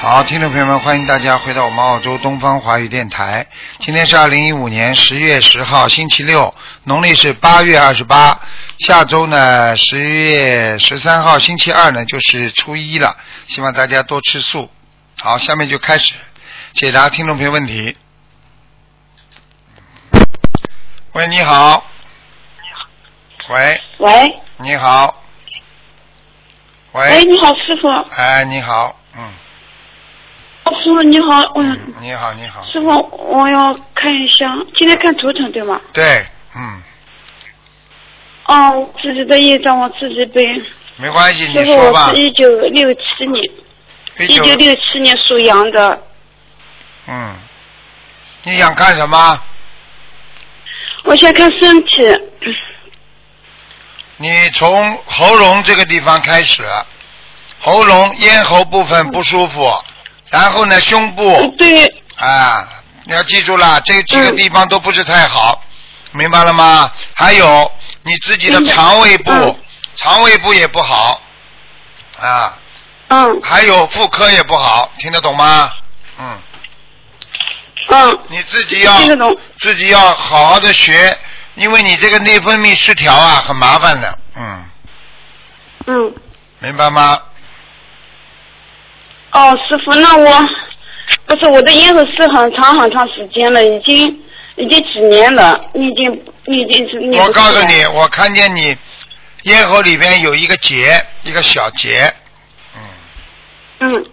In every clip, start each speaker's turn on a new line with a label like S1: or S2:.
S1: 好，听众朋友们，欢迎大家回到我们澳洲东方华语电台。今天是二零一五年十月十号，星期六，农历是八月二十八。下周呢，十月十三号，星期二呢，就是初一了。希望大家多吃素。好，下面就开始解答听众朋友问题。喂，你好。喂，
S2: 喂，
S1: 你好。
S2: 喂，
S1: 喂，
S2: 你好，师傅，哦
S1: 哎，你好，嗯，
S2: 师傅你好，我
S1: 嗯你好，你好，
S2: 师傅我要看一下，今天看图腾对吗？
S1: 对，嗯，
S2: 哦，我自己的业障我自己背。
S1: 没关系，
S2: 师
S1: 你
S2: 傅，
S1: 说
S2: 我
S1: 吧
S2: 是。一九六七年，
S1: 一
S2: 一九六七年属羊的，
S1: 嗯，你想干什么？
S2: 我先看身体，
S1: 你从喉咙这个地方开始，喉咙咽喉部分不舒服，然后呢胸部
S2: 嗯对，
S1: 啊，你要记住了，这几个
S2: 嗯
S1: 地方都不是太好，明白了吗？还有你自己的
S2: 明白
S1: 肠胃部，
S2: 嗯嗯
S1: 肠胃部也不好啊，
S2: 嗯
S1: 还有妇科也不好，听得懂吗？嗯，
S2: 嗯，
S1: 你自己要
S2: 这个懂，
S1: 自己要好好的学，因为你这个内分泌失调啊，很麻烦的，嗯，
S2: 嗯，
S1: 明白吗？
S2: 哦，师傅，那我不是我的咽喉是很长很长时间了，已经已经几年了，你已经你已经是你
S1: 我告诉你，我看见你咽喉里边有一个结，一个小结，嗯，
S2: 嗯。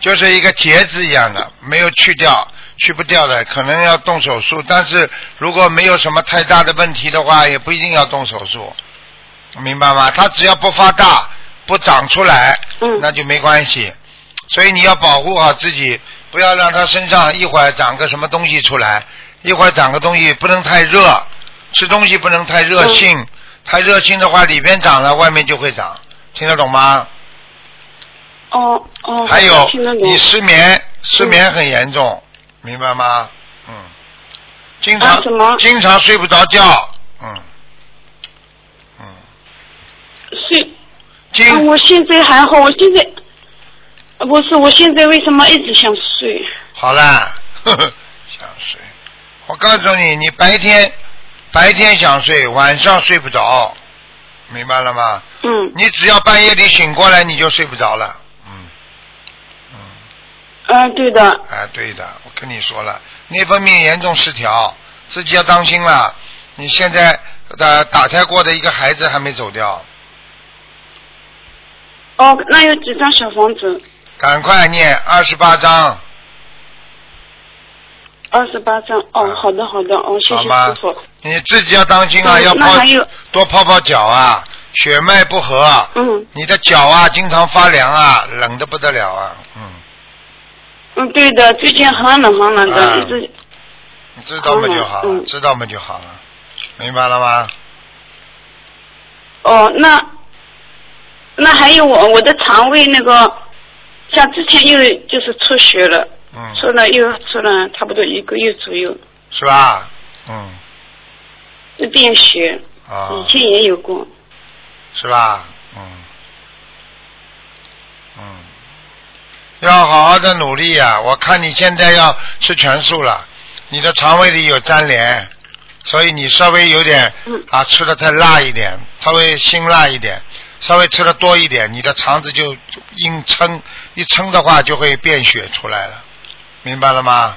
S1: 就是一个结字一样的，没有去掉，去不掉的，可能要动手术。但是如果没有什么太大的问题的话，也不一定要动手术，明白吗？它只要不发大，不长出来，
S2: 嗯
S1: 那就没关系。所以你要保护好自己，不要让它身上一会儿长个什么东西出来，一会儿长个东西，不能太热，吃东西不能太热
S2: 嗯
S1: 性，太热性的话，里边长了，外面就会长，听得懂吗？
S2: 哦哦，
S1: 还有
S2: 听得懂嗯
S1: 你失眠，失眠很严重，明白吗？嗯，经常、
S2: 啊什么
S1: 经常睡不着觉，嗯嗯，
S2: 是、
S1: 经、
S2: 啊我现在还好，我现在呃不是，我现在为什么一直想睡？
S1: 好啦，呵呵，想睡。我告诉你，你白天白天想睡，晚上睡不着，明白了吗？
S2: 嗯
S1: 你只要半夜里醒过来，你就睡不着了。嗯嗯。
S2: 嗯、呃对的，
S1: 哎，对的，我跟你说了，内分泌严重失调，自己要当心了。你现在呃打胎过的一个孩子还没走掉，
S2: 哦，那有几张小房子？
S1: 赶快念二十八章，
S2: 二十八张。哦，
S1: 啊
S2: 好的好的，哦，谢
S1: 好
S2: 谢
S1: 吗
S2: 师傅。
S1: 你自己要当心啊，
S2: 嗯
S1: 要
S2: 那
S1: 泡
S2: 还有
S1: 多泡泡脚啊，血脉不和啊，
S2: 嗯
S1: 你的脚啊经常发凉啊，冷的不得了啊，嗯，
S2: 嗯，对的，最近很冷很冷
S1: 啊
S2: 的，一直
S1: 你知道嘛就好了，
S2: 嗯嗯
S1: 知道嘛就好了，明白了吗？
S2: 哦那那还有我我的肠胃那个，像之前又就是出血了，
S1: 嗯，
S2: 出了又出了差不多一个月左右，
S1: 是吧？嗯，
S2: 便血，
S1: 啊，
S2: 以前也有过。
S1: 是吧？嗯，嗯，要好好的努力呀、我看你现在要吃全素了，你的肠胃里有粘连，所以你稍微有点
S2: 嗯
S1: 啊，吃的太辣一点，稍微辛辣一点，稍微吃的多一点，你的肠子就硬撑，一撑的话就会便血出来了，明白了吗？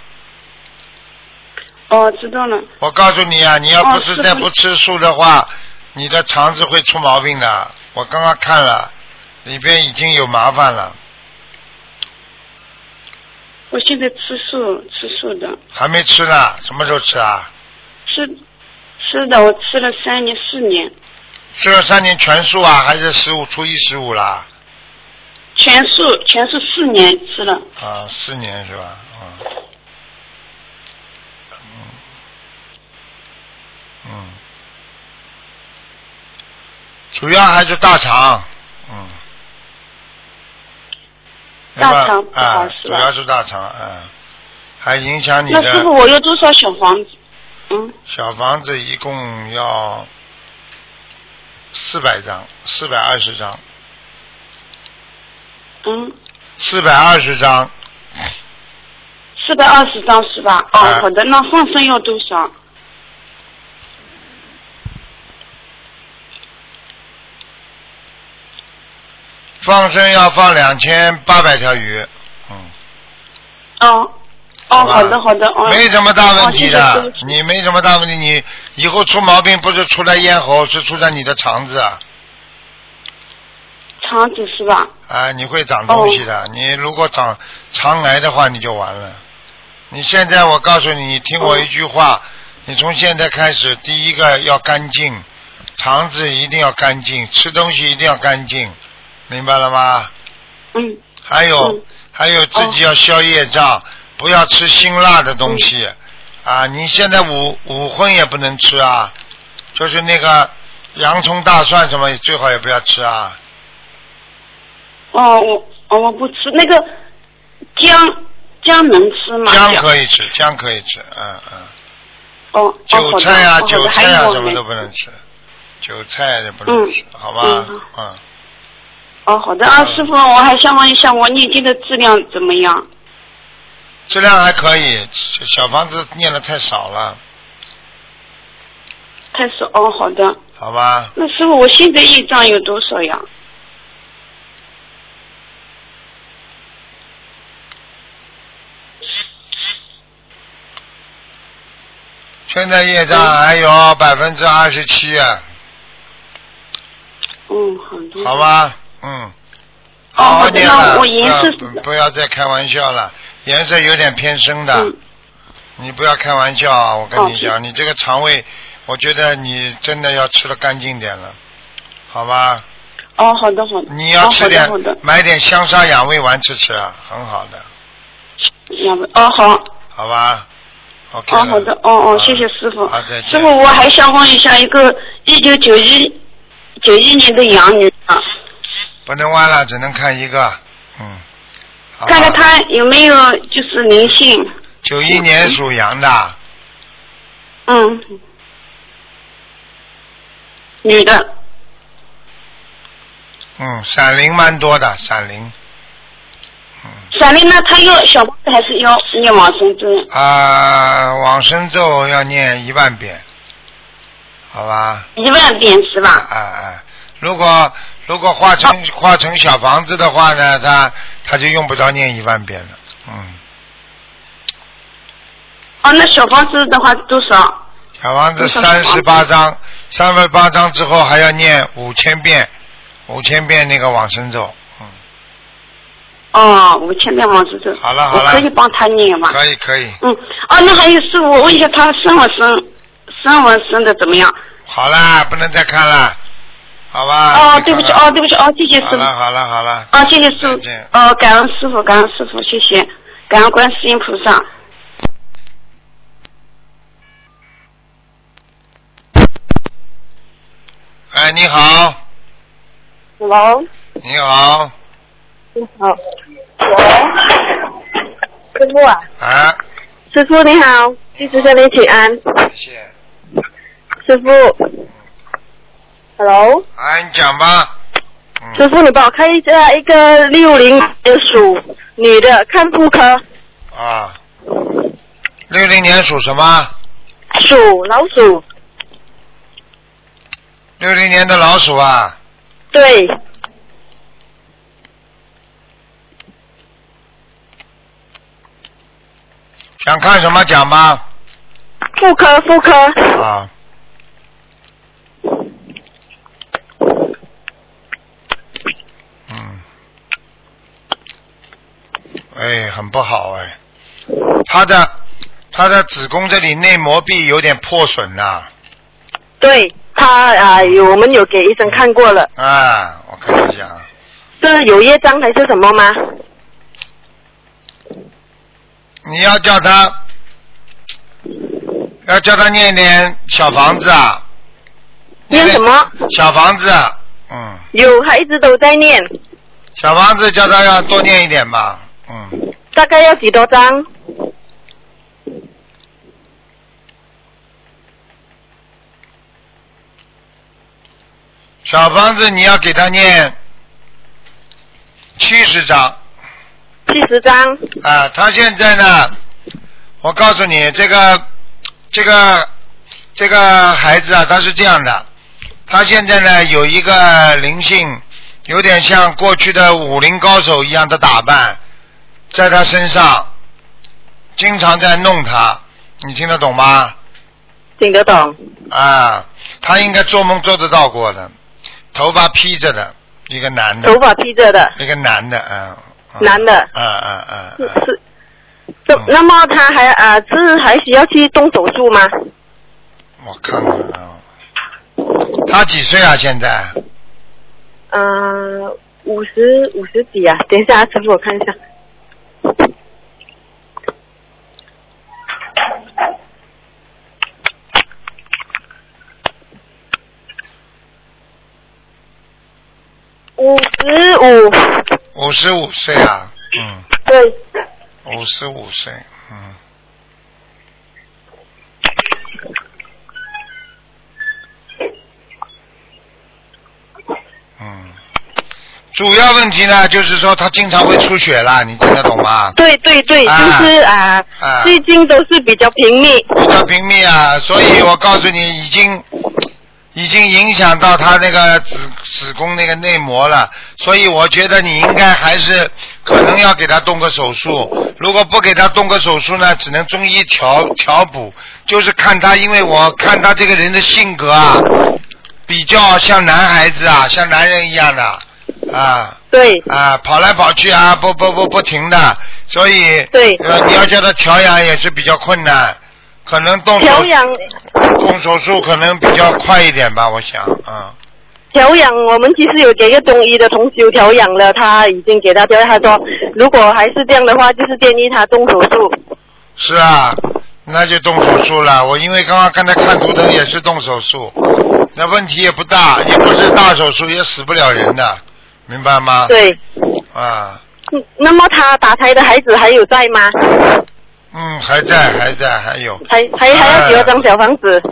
S2: 哦，知道了。
S1: 我告诉你啊，你要不
S2: 哦
S1: 是
S2: 是
S1: 再
S2: 不
S1: 不吃素的话，你的肠子会出毛病的。我刚刚看了，里边已经有麻烦了，
S2: 我现在吃素，吃素的，
S1: 还没吃呢，什么时候吃啊？
S2: 吃吃的，我吃了三年四年，
S1: 吃了三年全素啊，还是十五初一十五啦？
S2: 全素全素四年吃了。
S1: 啊，四年是吧？嗯，嗯，嗯，主要还是大肠，嗯，
S2: 大肠
S1: 明白
S2: 不好
S1: 啊，
S2: 是
S1: 主
S2: 吧
S1: 要是大肠，嗯，还影响你
S2: 那师傅，
S1: 的
S2: 我有多少小房子？嗯，
S1: 小房子，一共要四百张，四百二十张，
S2: 嗯，
S1: 四百二十张，
S2: 四百二十张是吧？哦，
S1: 哎
S2: 好的，那放生要多少？
S1: 放生要放两千八百条鱼，嗯，
S2: 哦，哦，
S1: 好吧
S2: 好的好的，哦，
S1: 没什么大问题的，
S2: 哦谢谢对不起
S1: 你没什么大问题，你以后出毛病不是出在咽喉，是出在你的肠子啊，
S2: 肠子是吧？
S1: 啊，你会长东西
S2: 哦
S1: 的，你如果长肠癌的话，你就完了。你现在我告诉你，你听
S2: 哦
S1: 我一句话，你从现在开始，第一个要干净，肠子一定要干净，吃东西一定要干净，明白了吗？
S2: 嗯，
S1: 还有、
S2: 嗯
S1: 还有自己要消业障，不要吃辛辣的东西、
S2: 嗯
S1: 啊！你现在五五荤也不能吃啊，就是那个洋葱、大蒜什么最好也不要吃啊。
S2: 哦，我哦我不吃那个姜姜能吃吗？
S1: 姜可以吃，姜可以吃，嗯嗯。
S2: 哦，哦
S1: 韭菜啊，
S2: 好的哦好
S1: 韭
S2: 的
S1: 菜
S2: 还
S1: 啊
S2: 有，我
S1: 什么
S2: 没
S1: 都不能吃，韭菜也不能吃，好吧？
S2: 嗯
S1: 嗯，
S2: 哦，好的啊，师傅，我还想问一下我念经的质量怎么样？
S1: 质量还可以，小小房子念的太少了，
S2: 开始哦，好的。
S1: 好吧？
S2: 那师傅，我现在业障有多少呀？
S1: 现在业障还有百分之二十七，啊
S2: 嗯，好的。
S1: 好。吧？嗯，
S2: 哦，
S1: 好好
S2: 好的，
S1: 念了，嗯
S2: 那我颜色
S1: 不要不要再开玩笑了，颜色有点偏深的。
S2: 嗯，
S1: 你不要开玩笑啊！我跟
S2: 哦
S1: 你讲，你这个肠胃，我觉得你真的要吃的干净点了，好吧？
S2: 哦，好的，好的。
S1: 你要吃点，
S2: 哦、好的，好的。
S1: 买点香砂养胃丸吃吃，很好的，
S2: 要不，哦，好。
S1: 好吧？OK
S2: 哦，
S1: 了
S2: 好的，哦哦，
S1: 啊
S2: 谢谢师傅。
S1: 好，再见。
S2: 师傅，我还想问一下，一个一九九一九一年的羊女啊，
S1: 不能弯了，只能看一个，嗯。好吧
S2: 看看她有没有就是灵性。
S1: 九一年属羊的，
S2: 嗯，女的，
S1: 嗯，闪灵蛮多的，闪灵。嗯
S2: 闪灵呢？她要小房子还是要念往生咒？
S1: 啊，往生咒要念一万遍，好吧？
S2: 一万遍是吧？哦
S1: 啊啊！如果如果化成化成小房子的话呢，他他就用不着念一万遍了。嗯，
S2: 哦，那小房子的话多少？
S1: 小房子
S2: 那小
S1: 三
S2: 房
S1: 十
S2: 子
S1: 八章，三十八章之后还要念五千遍，五千遍那个往生咒。嗯，
S2: 哦，五千遍往生咒。
S1: 好了好了
S2: 我可以帮她念吗？
S1: 可以可以，
S2: 嗯，哦，那还有师傅，我问一下她生纹身，生纹身的怎么样？
S1: 好啦，不能再看了，好吧？
S2: 哦，
S1: 你
S2: 对不
S1: 看
S2: 起，
S1: 看
S2: 哦，，对不起，哦，谢谢师
S1: 好
S2: 傅，
S1: 了好了好了，
S2: 哦，谢谢师
S1: 再见
S2: 傅，哦，感恩师傅，感恩师傅，谢谢，感恩观世音菩萨。
S1: 哎，你好，
S3: Hello，
S1: 你好，
S3: 你好。喂，师傅啊，
S1: 啊，
S3: 师傅你好，弟子向你请安。
S1: 谢谢，
S3: 师傅，Hello，
S1: 啊，你讲吧，
S3: 师
S1: 嗯，
S3: 傅你帮我看一下一个六零年属女的看妇科，
S1: 啊，六零年属什么？
S3: 属老鼠，
S1: 六零年的老鼠啊，
S3: 对，
S1: 想看什么讲吧？
S3: 妇科妇科，
S1: 啊，嗯，哎，很不好哎，他的他的子宫这里内膜壁有点破损呐、
S3: 对，他啊、有我们有给医生看过了，
S1: 啊，我看一下啊，
S3: 这有业障还是什么吗？
S1: 嗯你要叫他要叫他念一点小房子啊，
S3: 念什么？
S1: 小房子，嗯。
S3: 有，他一直都在念，
S1: 小房子叫他要多念一点吧，嗯，
S3: 大概要几多张？
S1: 小房子你要给他念七十章
S3: 七十张。
S1: 嗯啊，他现在呢我告诉你，这个这个这个孩子啊，他是这样的，他现在呢有一个灵性，有点像过去的武林高手一样的打扮，在他身上，经常在弄他，你听得懂吗？
S3: 听得懂。
S1: 啊，他应该做梦做得到过的，头发披着的一个男的
S3: 头，发披着的，
S1: 一个男的，嗯，嗯
S3: 男的
S1: 嗯嗯嗯
S3: 是
S1: 嗯，
S3: 是。这
S1: 嗯
S3: 那么他还啊，是还需要去动手术吗？
S1: 我看看啊，他几岁啊？现在？
S3: 嗯、五十五十几啊，等一下，师傅我看一下。五十五，
S1: 五十五岁啊，嗯，
S3: 对，
S1: 五十五岁，嗯。嗯，主要问题呢，就是说他经常会出血啦，你听得懂吗？
S3: 对对对，
S1: 啊
S3: 就是啊，
S1: 啊
S3: 最近都是比较频密，
S1: 比较频密啊，所以我告诉你，已经已经影响到他那个子子宫那个内膜了，所以我觉得你应该还是可能要给他动个手术。如果不给他动个手术呢，只能中医调调补，就是看他，因为我看他这个人的性格啊，比较像男孩子啊，像男人一样的啊。
S3: 对
S1: 啊，跑来跑去啊，不不不不停的，所以
S3: 对
S1: 呃，你要叫他调养也是比较困难，可能动手
S3: 调养
S1: 动手术可能比较快一点吧，我想，嗯，
S3: 调养，我们其实有给一个中医的同修调养了，他已经给他调养，他说如果还是这样的话，就是建议他动手术。
S1: 是啊，那就动手术了。我因为刚刚刚才看图腾也是动手术，那问题也不大，也不是大手术，也死不了人的，明白吗？
S3: 对，
S1: 啊，
S3: 嗯那么他打胎的孩子还有在吗？
S1: 嗯，还在，还在，还有
S3: 还还还
S1: 呃
S3: 要几多张小房子？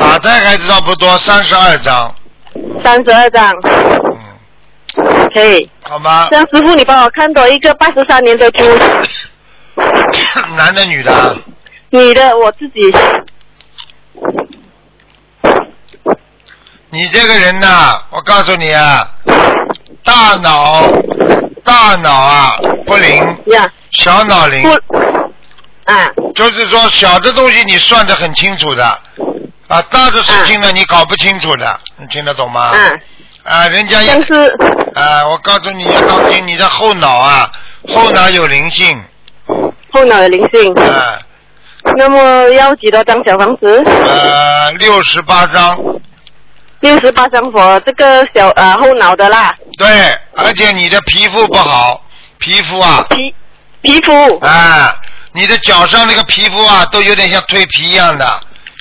S1: 打胎孩子倒不多，三十二张，
S3: 三十二张，
S1: 嗯，啊
S3: 可以。
S1: 好吗
S3: 这？样师傅，你帮我看多一个八十三年的猪，
S1: 男的女的啊？
S3: 女的我自己。
S1: 你这个人呐、我告诉你啊，大脑大脑啊不灵，
S3: 呀，
S1: 小脑灵，
S3: 不，啊，
S1: 就是说小的东西你算得很清楚的，啊，大的事情呢你搞不清楚的，你听得懂吗？
S3: 啊，
S1: 啊，人家一
S3: 像是
S1: 啊，我告诉你要当心你的后脑啊，后脑有灵性
S3: 后脑有灵性。
S1: 啊，
S3: 那么要几多张小房子？
S1: 呃，六十八章，
S3: 六十八张佛，这个小呃后脑的啦，
S1: 对，而且你的皮肤不好，皮肤啊，
S3: 皮皮肤
S1: 啊，你的脚上那个皮肤啊，都有点像蜕皮一样的，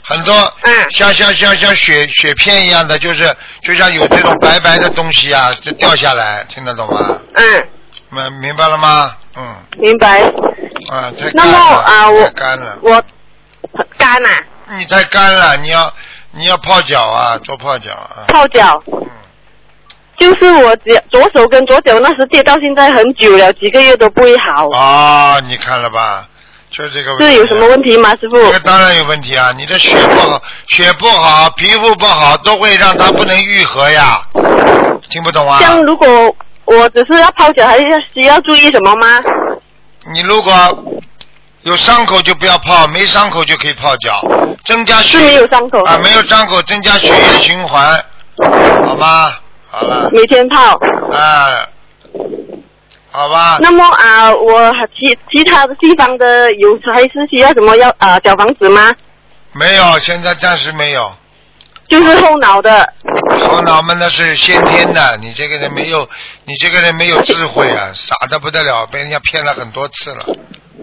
S1: 很多，
S3: 嗯
S1: 像像像像雪雪片一样的，就是就像有这种白白的东西啊，就掉下来，听得懂吗？
S3: 嗯，
S1: 明明白了吗？嗯，
S3: 明白。
S1: 啊，太
S3: 那
S1: 干
S3: 么
S1: 了，
S3: 啊、
S1: 太干了，
S3: 我我干啊，
S1: 你太干了，你要你要泡脚啊，做泡脚啊，
S3: 泡脚，
S1: 嗯，
S3: 就是我左左手跟左脚那时借到现在很久了，几个月都不会好，
S1: 哦，你看了吧，就这个问题啊。
S3: 这有什么问题吗，师傅？
S1: 这个当然有问题啊！你的血不好，血不好，皮肤不好，都会让它不能愈合呀。听不懂啊？
S3: 像如果我只是要泡脚，还是要需要注意什么吗？
S1: 你如果有伤口就不要泡，没伤口就可以泡脚，增加血
S3: 是没有伤口，
S1: 啊，没有伤口增加血液循环，好吗？好了，
S3: 每天泡。
S1: 啊，好吧，
S3: 那么啊、我其其他的地方的有还是需要什么要啊、小房子吗？
S1: 没有，现在暂时没有。
S3: 就是后脑的，
S1: 头脑们那是先天的，你这个人没有，你这个人没有智慧啊，傻的不得了，被人家骗了很多次了。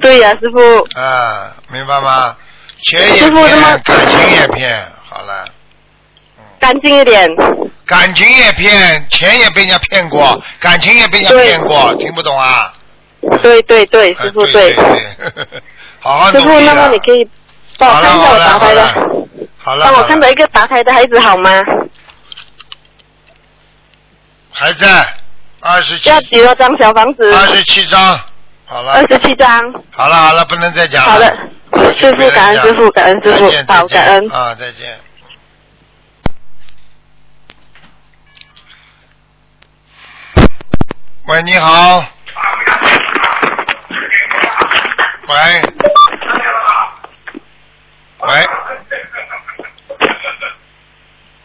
S3: 对呀、师傅，
S1: 啊，明白吗？钱也
S3: 师傅那么
S1: 骗，感情也骗，好了，嗯
S3: 干净一点。
S1: 感情也骗，钱也被人家骗过，感情也被人家
S3: 对
S1: 骗过，听不懂啊？
S3: 对对对，
S1: 啊
S3: 师傅
S1: 对对 好好努
S3: 师
S1: 力啊
S3: 傅，那么
S1: 了
S3: 你可以帮我
S1: 好了
S3: 看一下
S1: 好
S3: 我
S1: 了
S3: 打
S1: 好
S3: 胎
S1: 了
S3: 的，
S1: 好了，
S3: 帮我
S1: 好
S3: 看
S1: 了
S3: 到一个打胎的孩子好吗？
S1: 还在二十七
S3: 要几多张小房子？
S1: 哎二十七张，好
S3: 二
S1: 了，
S3: 十七张。
S1: 好了好了，不能再讲了。
S3: 呃好的，师傅感恩师傅，感恩师
S1: 再
S3: 傅
S1: 见，
S3: 好，
S1: 再见
S3: 感恩。
S1: 啊，再见。喂，你好。喂。喂。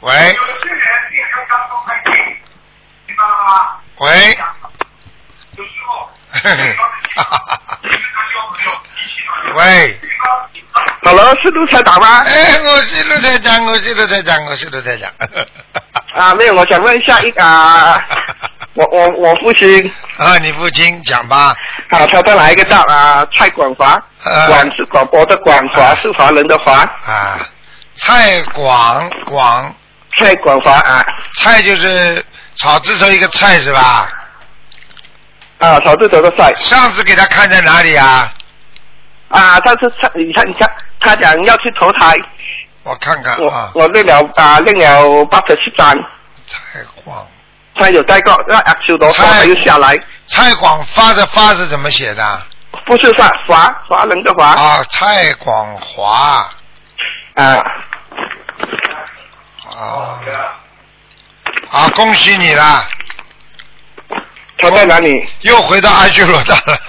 S1: 喂。喂。 喂。
S4: 好了，是卢台打吗？
S1: 哎，我是卢台长，我是卢台长，我是卢台长。
S4: 啊，没有，我想问一下一 啊，我我我父亲
S1: 啊，你父亲讲吧。
S4: 啊，他再来一个叫啊，蔡广华，
S1: 啊
S4: 广是广播的广，华是华人的华，
S1: 啊，蔡广广
S4: 蔡广华啊
S1: 蔡就是草字头一个蔡是吧？
S4: 啊，草字头的帅
S1: 上次给他看在哪里啊？
S4: 啊，上次他你看你看，他讲要去投胎，
S1: 我看看
S4: 我、
S1: 啊，
S4: 我练了啊练了八十七张，
S1: 蔡广
S4: 他有带过那阿修罗佛
S1: 蔡
S4: 他又下来，
S1: 蔡广发的发是怎么写的？
S4: 不是华华华人的华
S1: 啊，蔡广华
S4: 啊
S1: 啊啊！恭喜你啦，
S4: 他在哪里？
S1: 又回到阿修罗道了。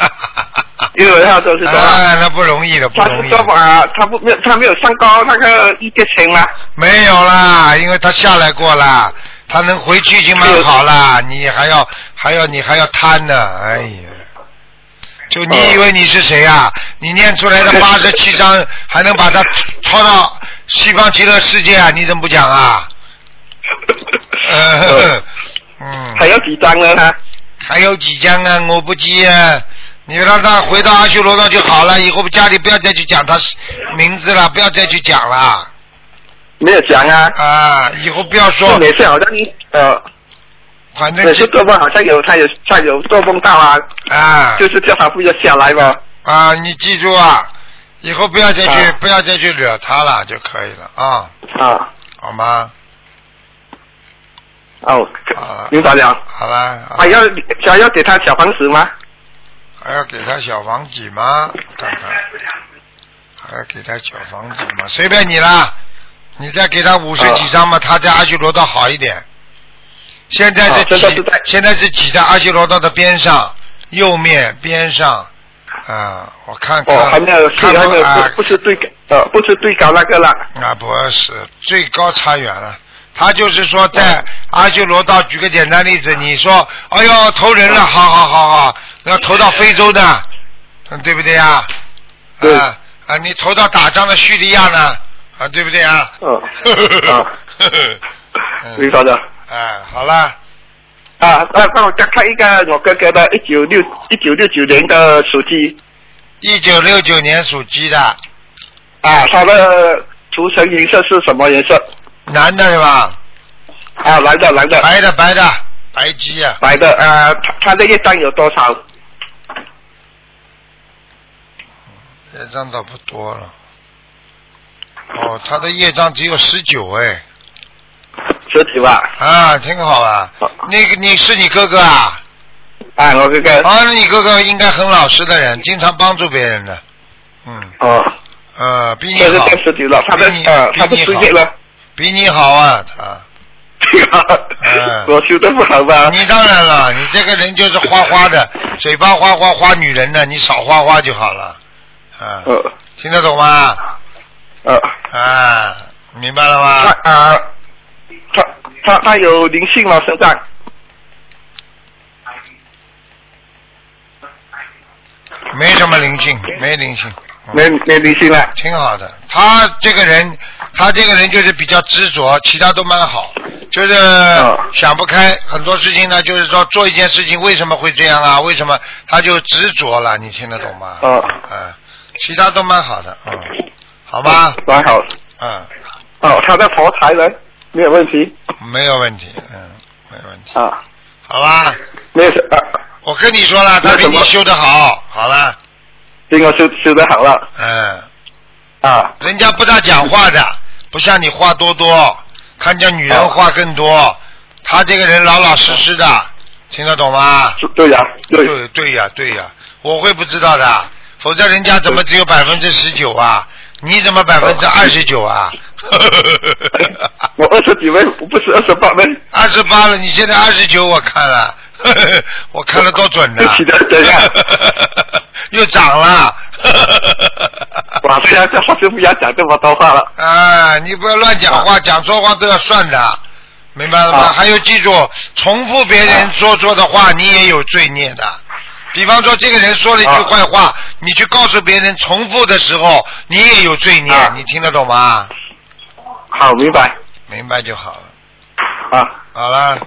S4: 因为他都是说。
S1: 啊，那不容易了，不
S4: 他
S1: 容
S4: 是
S1: 易
S4: 说
S1: 了。
S4: 啊，他不没有他没有上高那个一节钱吗？
S1: 没有啦，因为他下来过啦，他能回去已经蛮好啦。你还要还要你还要贪呢，哎呀！就你以为你是谁啊？你念出来的 八十七章还能把它抄到西方极乐世界啊？你怎么不讲啊？ 呃，嗯，
S4: 还有几张呢？他
S1: 还有几章啊？我不记啊。你让他回到阿修罗道就好了，以后家里不要再去讲他名字了，不要再去讲了
S4: 没有讲啊。
S1: 啊！以后不要说
S4: 就每次好像呃，
S1: 反正
S4: 每次做梦好像有他有他有做梦到啊，
S1: 啊，
S4: 就是叫他不要下来嘛。
S1: 啊，你记住啊，以后不要再去、
S4: 啊
S1: 不要再去惹他了就可以了啊，
S4: 啊
S1: 好吗？
S4: 哦
S1: 啊，
S4: 明白了。
S1: 好啦，好啦
S4: 还要想要给他小房子吗？
S1: 还要给他小房子吗？看看，还要给他小房子吗？随便你啦，你再给他五十几张嘛，
S4: 啊
S1: 他在阿修罗道好一点。现在是
S4: 啊现在
S1: 挤
S4: 是在，
S1: 现在是挤在阿修罗道的边上，右面边上，啊，我看看，
S4: 哦，还没有，是
S1: 看
S4: 还
S1: 不
S4: 没有，
S1: 啊
S4: 不不是最呃，不是最高那个了。
S1: 啊，不是，最高差远了。他就是说，
S4: 嗯
S1: 在阿修罗道，举个简单例子，你说，哎呦，投人
S4: 嗯
S1: 了，好好好好，要投到非洲呢，嗯对不对呀？
S4: 对
S1: 啊啊，你投到打仗的叙利亚呢，啊，对不对啊？
S4: 嗯 啊明
S1: 嗯，
S4: 白了。
S1: 哎，好了，
S4: 啊，那那我再看一个我哥哥的，一九六一九六九年的手机。
S1: 一九六九年属鸡的，
S4: 啊，它的涂层颜色是什么颜色？
S1: 男的是吧？
S4: 啊，蓝的，蓝的，
S1: 白的白的，白鸡呀、
S4: 白的。啊，它它的业障有多少？
S1: 业障倒不多了。哦，他的业障只有十九哎，
S4: 十几万。
S1: 啊，挺好啊。那个你是你哥哥啊？
S4: 啊，我这个。
S1: 啊，那你哥哥应该很老实的人，经常帮助别人的。嗯，
S4: 哦，
S1: 呃，比你
S4: 这是
S1: 好，
S4: 第十几了，它的
S1: 比你
S4: 呃，
S1: 比
S4: 它的
S1: 你
S4: 事
S1: 好
S4: 业了。啊
S1: 比你好啊，他。嗯
S4: 我修的不好吧？
S1: 你当然了，你这个人就是花花的，嘴巴花花花女人的，你少花花就好了。啊，
S4: 呃
S1: 听得懂吗？
S4: 呃，
S1: 啊，明白了
S4: 它
S1: 吗？
S4: 啊，它它它有灵性吗？身上？
S1: 没什么灵性，没灵性。嗯
S4: 没没灵性了。
S1: 挺好的。他这个人，他这个人就是比较执着，其他都蛮好，就是
S4: 嗯
S1: 想不开很多事情呢，就是说做一件事情为什么会这样啊？为什么他就执着了？你听得懂吗？
S4: 嗯
S1: 嗯，其他都蛮好的，嗯，好吧，
S4: 蛮好。
S1: 嗯，
S4: 哦，它的佛台呢？没有问题
S1: 没有问题，嗯，没有问题，
S4: 啊，
S1: 好吧。
S4: 没有啊，
S1: 我跟你说了，他比你
S4: 那什么
S1: 修的好，好了，
S4: 这个修修的好了
S1: 嗯。
S4: 啊。
S1: 人家不大讲话的，不像你话多多，看见女人话更多。他这个人老老实实的，听得懂吗？
S4: 对呀，对
S1: 对对呀，对呀。我会不知道的，否则人家怎么只有百分之十九啊？你怎么百分之二十九啊？
S4: 我二十几位，不是二十八位，
S1: 二十八了，你现在二十九，我看了， 我看了多 准呢
S4: 一起的对呀，
S1: 又涨了。
S4: 哇，这样这话就不要讲这么多话了。
S1: 啊，你不要乱讲话，讲错话都要算的，明白了吗？
S4: 啊
S1: 还有记住，重复别人说错的话，你也有罪孽的。比方说，这个人说了一句
S4: 啊
S1: 坏话，你去告诉别人重复的时候，你也有罪孽，
S4: 啊
S1: 你听得懂吗？
S4: 好，明白
S1: 明白就好了。
S4: 啊。
S1: 好了，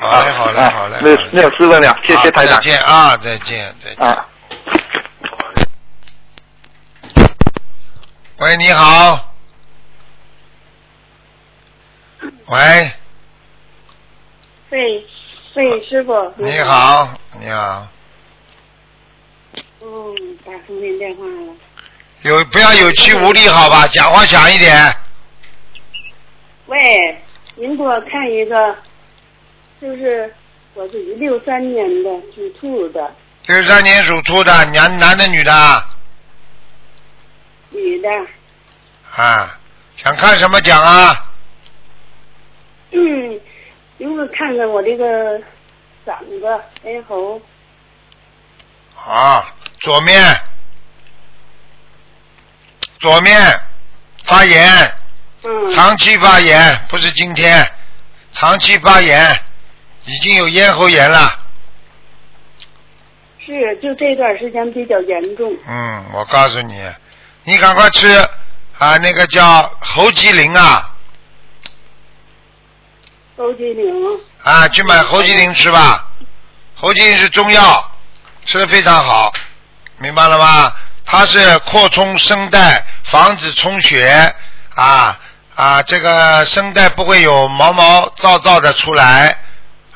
S1: 好嘞，好嘞，
S4: 啊
S1: 好嘞，
S4: 没有
S1: 好嘞
S4: 没有事问了，谢谢
S1: 好
S4: 台
S1: 再
S4: 长。
S1: 见啊，再见，再见。
S4: 啊，
S1: 喂，你好。喂，
S5: 喂，喂，师傅。
S1: 你。好，你好。
S5: 嗯，打通您电话了。
S1: 有不要有气无力，好吧？讲话响一点。
S5: 喂，您给我看一个，就是我自己六三年的属兔的
S1: 六三年属兔的，男男的女的
S5: 女的，
S1: 啊，想看什么讲啊？
S5: 嗯，您给我看看我这个嗓子、咽喉，
S1: 啊，左面，左面发炎，
S5: 嗯，
S1: 长期发炎，不是今天，长期发炎，已经有咽喉炎了。
S5: 是就这段时间比较严重。
S1: 嗯，我告诉你，你赶快吃啊，那个叫侯吉灵啊
S5: 高级灵，
S1: 啊，去
S5: 嗯
S1: 买侯吉灵吃吧。侯吉灵是中药，吃的非常好，明白了吗？它是扩充声带，防止充血啊啊，这个声带不会有毛毛躁躁的出来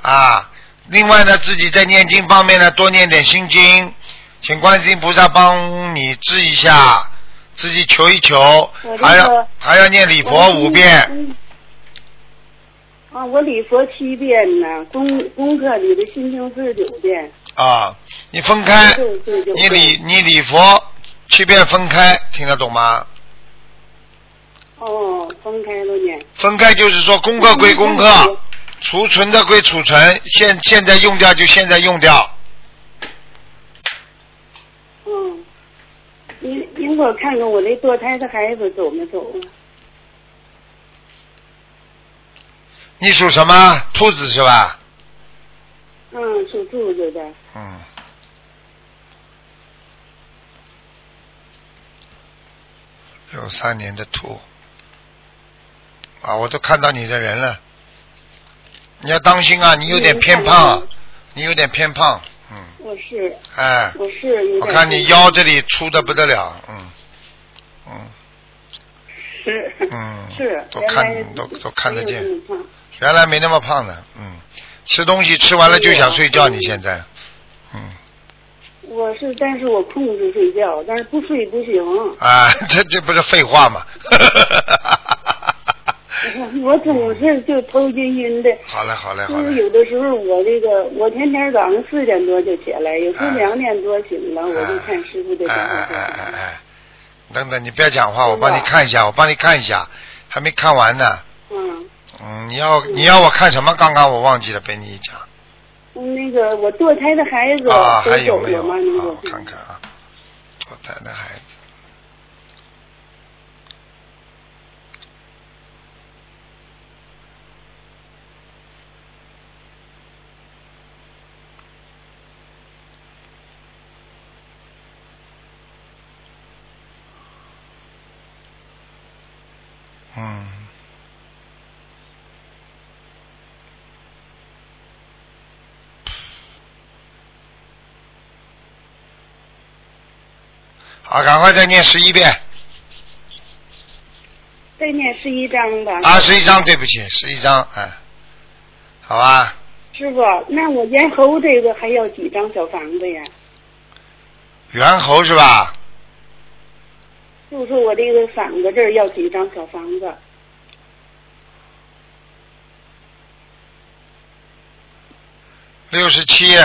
S1: 啊。另外呢，自己在念经方面呢，多念点心经，请观世音菩萨帮你治一下，自己求一求
S5: 我这，个
S1: 还要还要念礼佛五遍，
S5: 嗯。啊，我礼佛七遍呢，功功课里的心经四十九遍，
S1: 啊。你分开，
S5: 对对对。
S1: 你礼你礼佛七遍分开，听得懂吗？
S5: 哦，分开了呢。
S1: 分开就是说功课归功课，储存的归储存，现现在用掉就现在用掉。
S5: 嗯，您您给我看看我那堕胎的孩子走没走啊？
S1: 你属什么？兔子是吧？
S5: 嗯，属兔子的。
S1: 嗯。六三年的兔，啊，我都看到你的人了，你要当心啊！你有点偏胖，你有点偏胖，嗯，
S5: 我是
S1: 哎，
S5: 我是有点。
S1: 我看你腰这里粗的不得了，嗯，嗯，
S5: 是。
S1: 嗯
S5: 是。
S1: 都
S5: 原来
S1: 看都都看得见
S5: 没有这么胖
S1: 原来没那么胖的，嗯，吃东西吃完了就想睡觉，你现在，嗯，
S5: 我是，但是我控制睡觉，但是不睡不 行。
S1: 啊，这这不是废话吗？
S5: 我总是就头晕晕的。
S1: 好嘞，好嘞，好
S5: 就是
S1: 嘞，
S5: 有的时候我这个，我天天早上四点多就起来，有时
S1: 嗯
S5: 候两点多醒了，我就看师傅的
S1: 哎
S5: 讲
S1: 哎
S5: 话。
S1: 哎哎哎，等等，你不要讲话，我帮你看一下，我帮你看一下，还没看完呢。
S5: 嗯，
S1: 嗯，你要你要我看什么？刚刚我忘记了，被你一讲
S5: 嗯那个我堕胎的孩子
S1: 啊，还
S5: 都
S1: 有
S5: 走
S1: 没有？
S5: 了
S1: 啊
S5: 吗？您给
S1: 我
S5: 看
S1: 看看啊，我带的孩子。嗯，好，赶快再念十一遍，
S5: 再念十一章吧。
S1: 啊，十一张，对不起，十一张，哎，好吧，
S5: 师傅，那我咽喉这个还要几张小房子呀？
S1: 猿猴是吧？
S5: 就说我这个嗓子这儿要几张小房子？
S1: 六十七，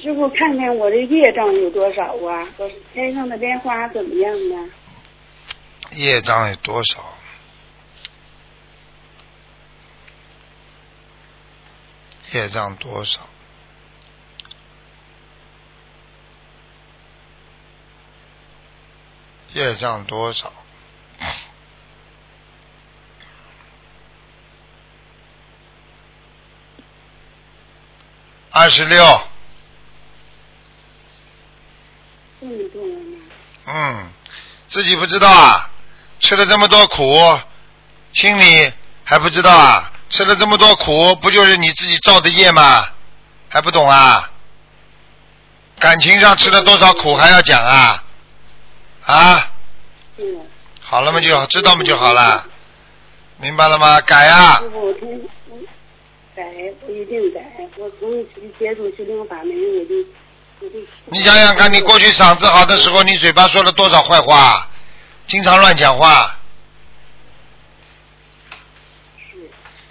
S5: 师傅看看我的业障有多少啊？我天上的莲花怎么样啊呢？
S1: 业障有多少？业障多少？业障多少？二十六，
S5: 这么多呢？
S1: 嗯，自己不知道啊，吃了这么多苦，心里还不知道啊，吃了这么多苦，不就是你自己造的业吗？还不懂啊？感情上吃了多少苦还要讲啊？啊，
S5: 嗯，
S1: 好了嘛就好，知道嘛就好了，明白了吗？改啊
S5: 师，傅，我听我改，我一定改。我从一接触心灵法门，我就我就
S1: 你想想看，你过去嗓子好的时候，你嘴巴说了多少坏话，经常乱讲话。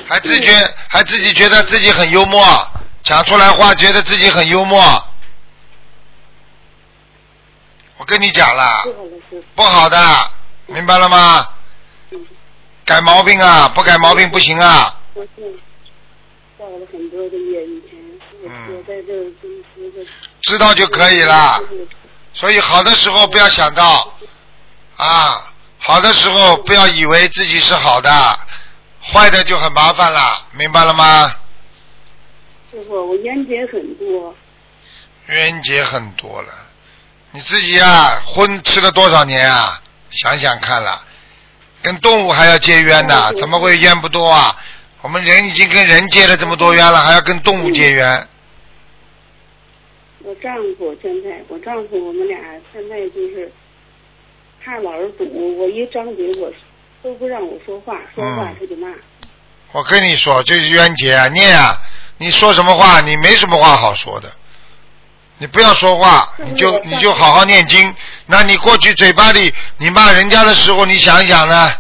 S1: 还自觉还自己觉得自己很幽默，讲出来话觉得自己很幽默。我跟你讲啦，
S5: 不好了，师傅。
S1: 不好的，明白了吗？
S5: 嗯
S1: 改毛病啊，不改毛病不行啊。
S5: 我是造了很多的业，以前我我在这儿跟那个
S1: 知嗯道就可以了。所以好的时候不要想到啊，好的时候不要以为自己是好的，坏的就很麻烦了，明白了吗？
S5: 师傅，我冤结很多，
S1: 冤结很多了，你自己啊，荤吃了多少年啊？想想看啦，跟动物还要结冤呢、怎么会冤不多啊？我们人已经跟人结了这么多冤了，还要跟动物结冤？
S5: 我丈夫现在，我丈夫我们俩现在就是，他老是堵我，一张嘴我都不让我说话，说话
S1: 嗯
S5: 他就骂。
S1: 我跟你说，就是冤结啊，念啊，你说什么话，你没什么话好哦说的，你不要说话，
S5: 是不
S1: 你
S5: 是
S1: 就
S5: 我
S1: 你就好好念经。那你过去嘴巴里你骂人家的时候，你想一想呢，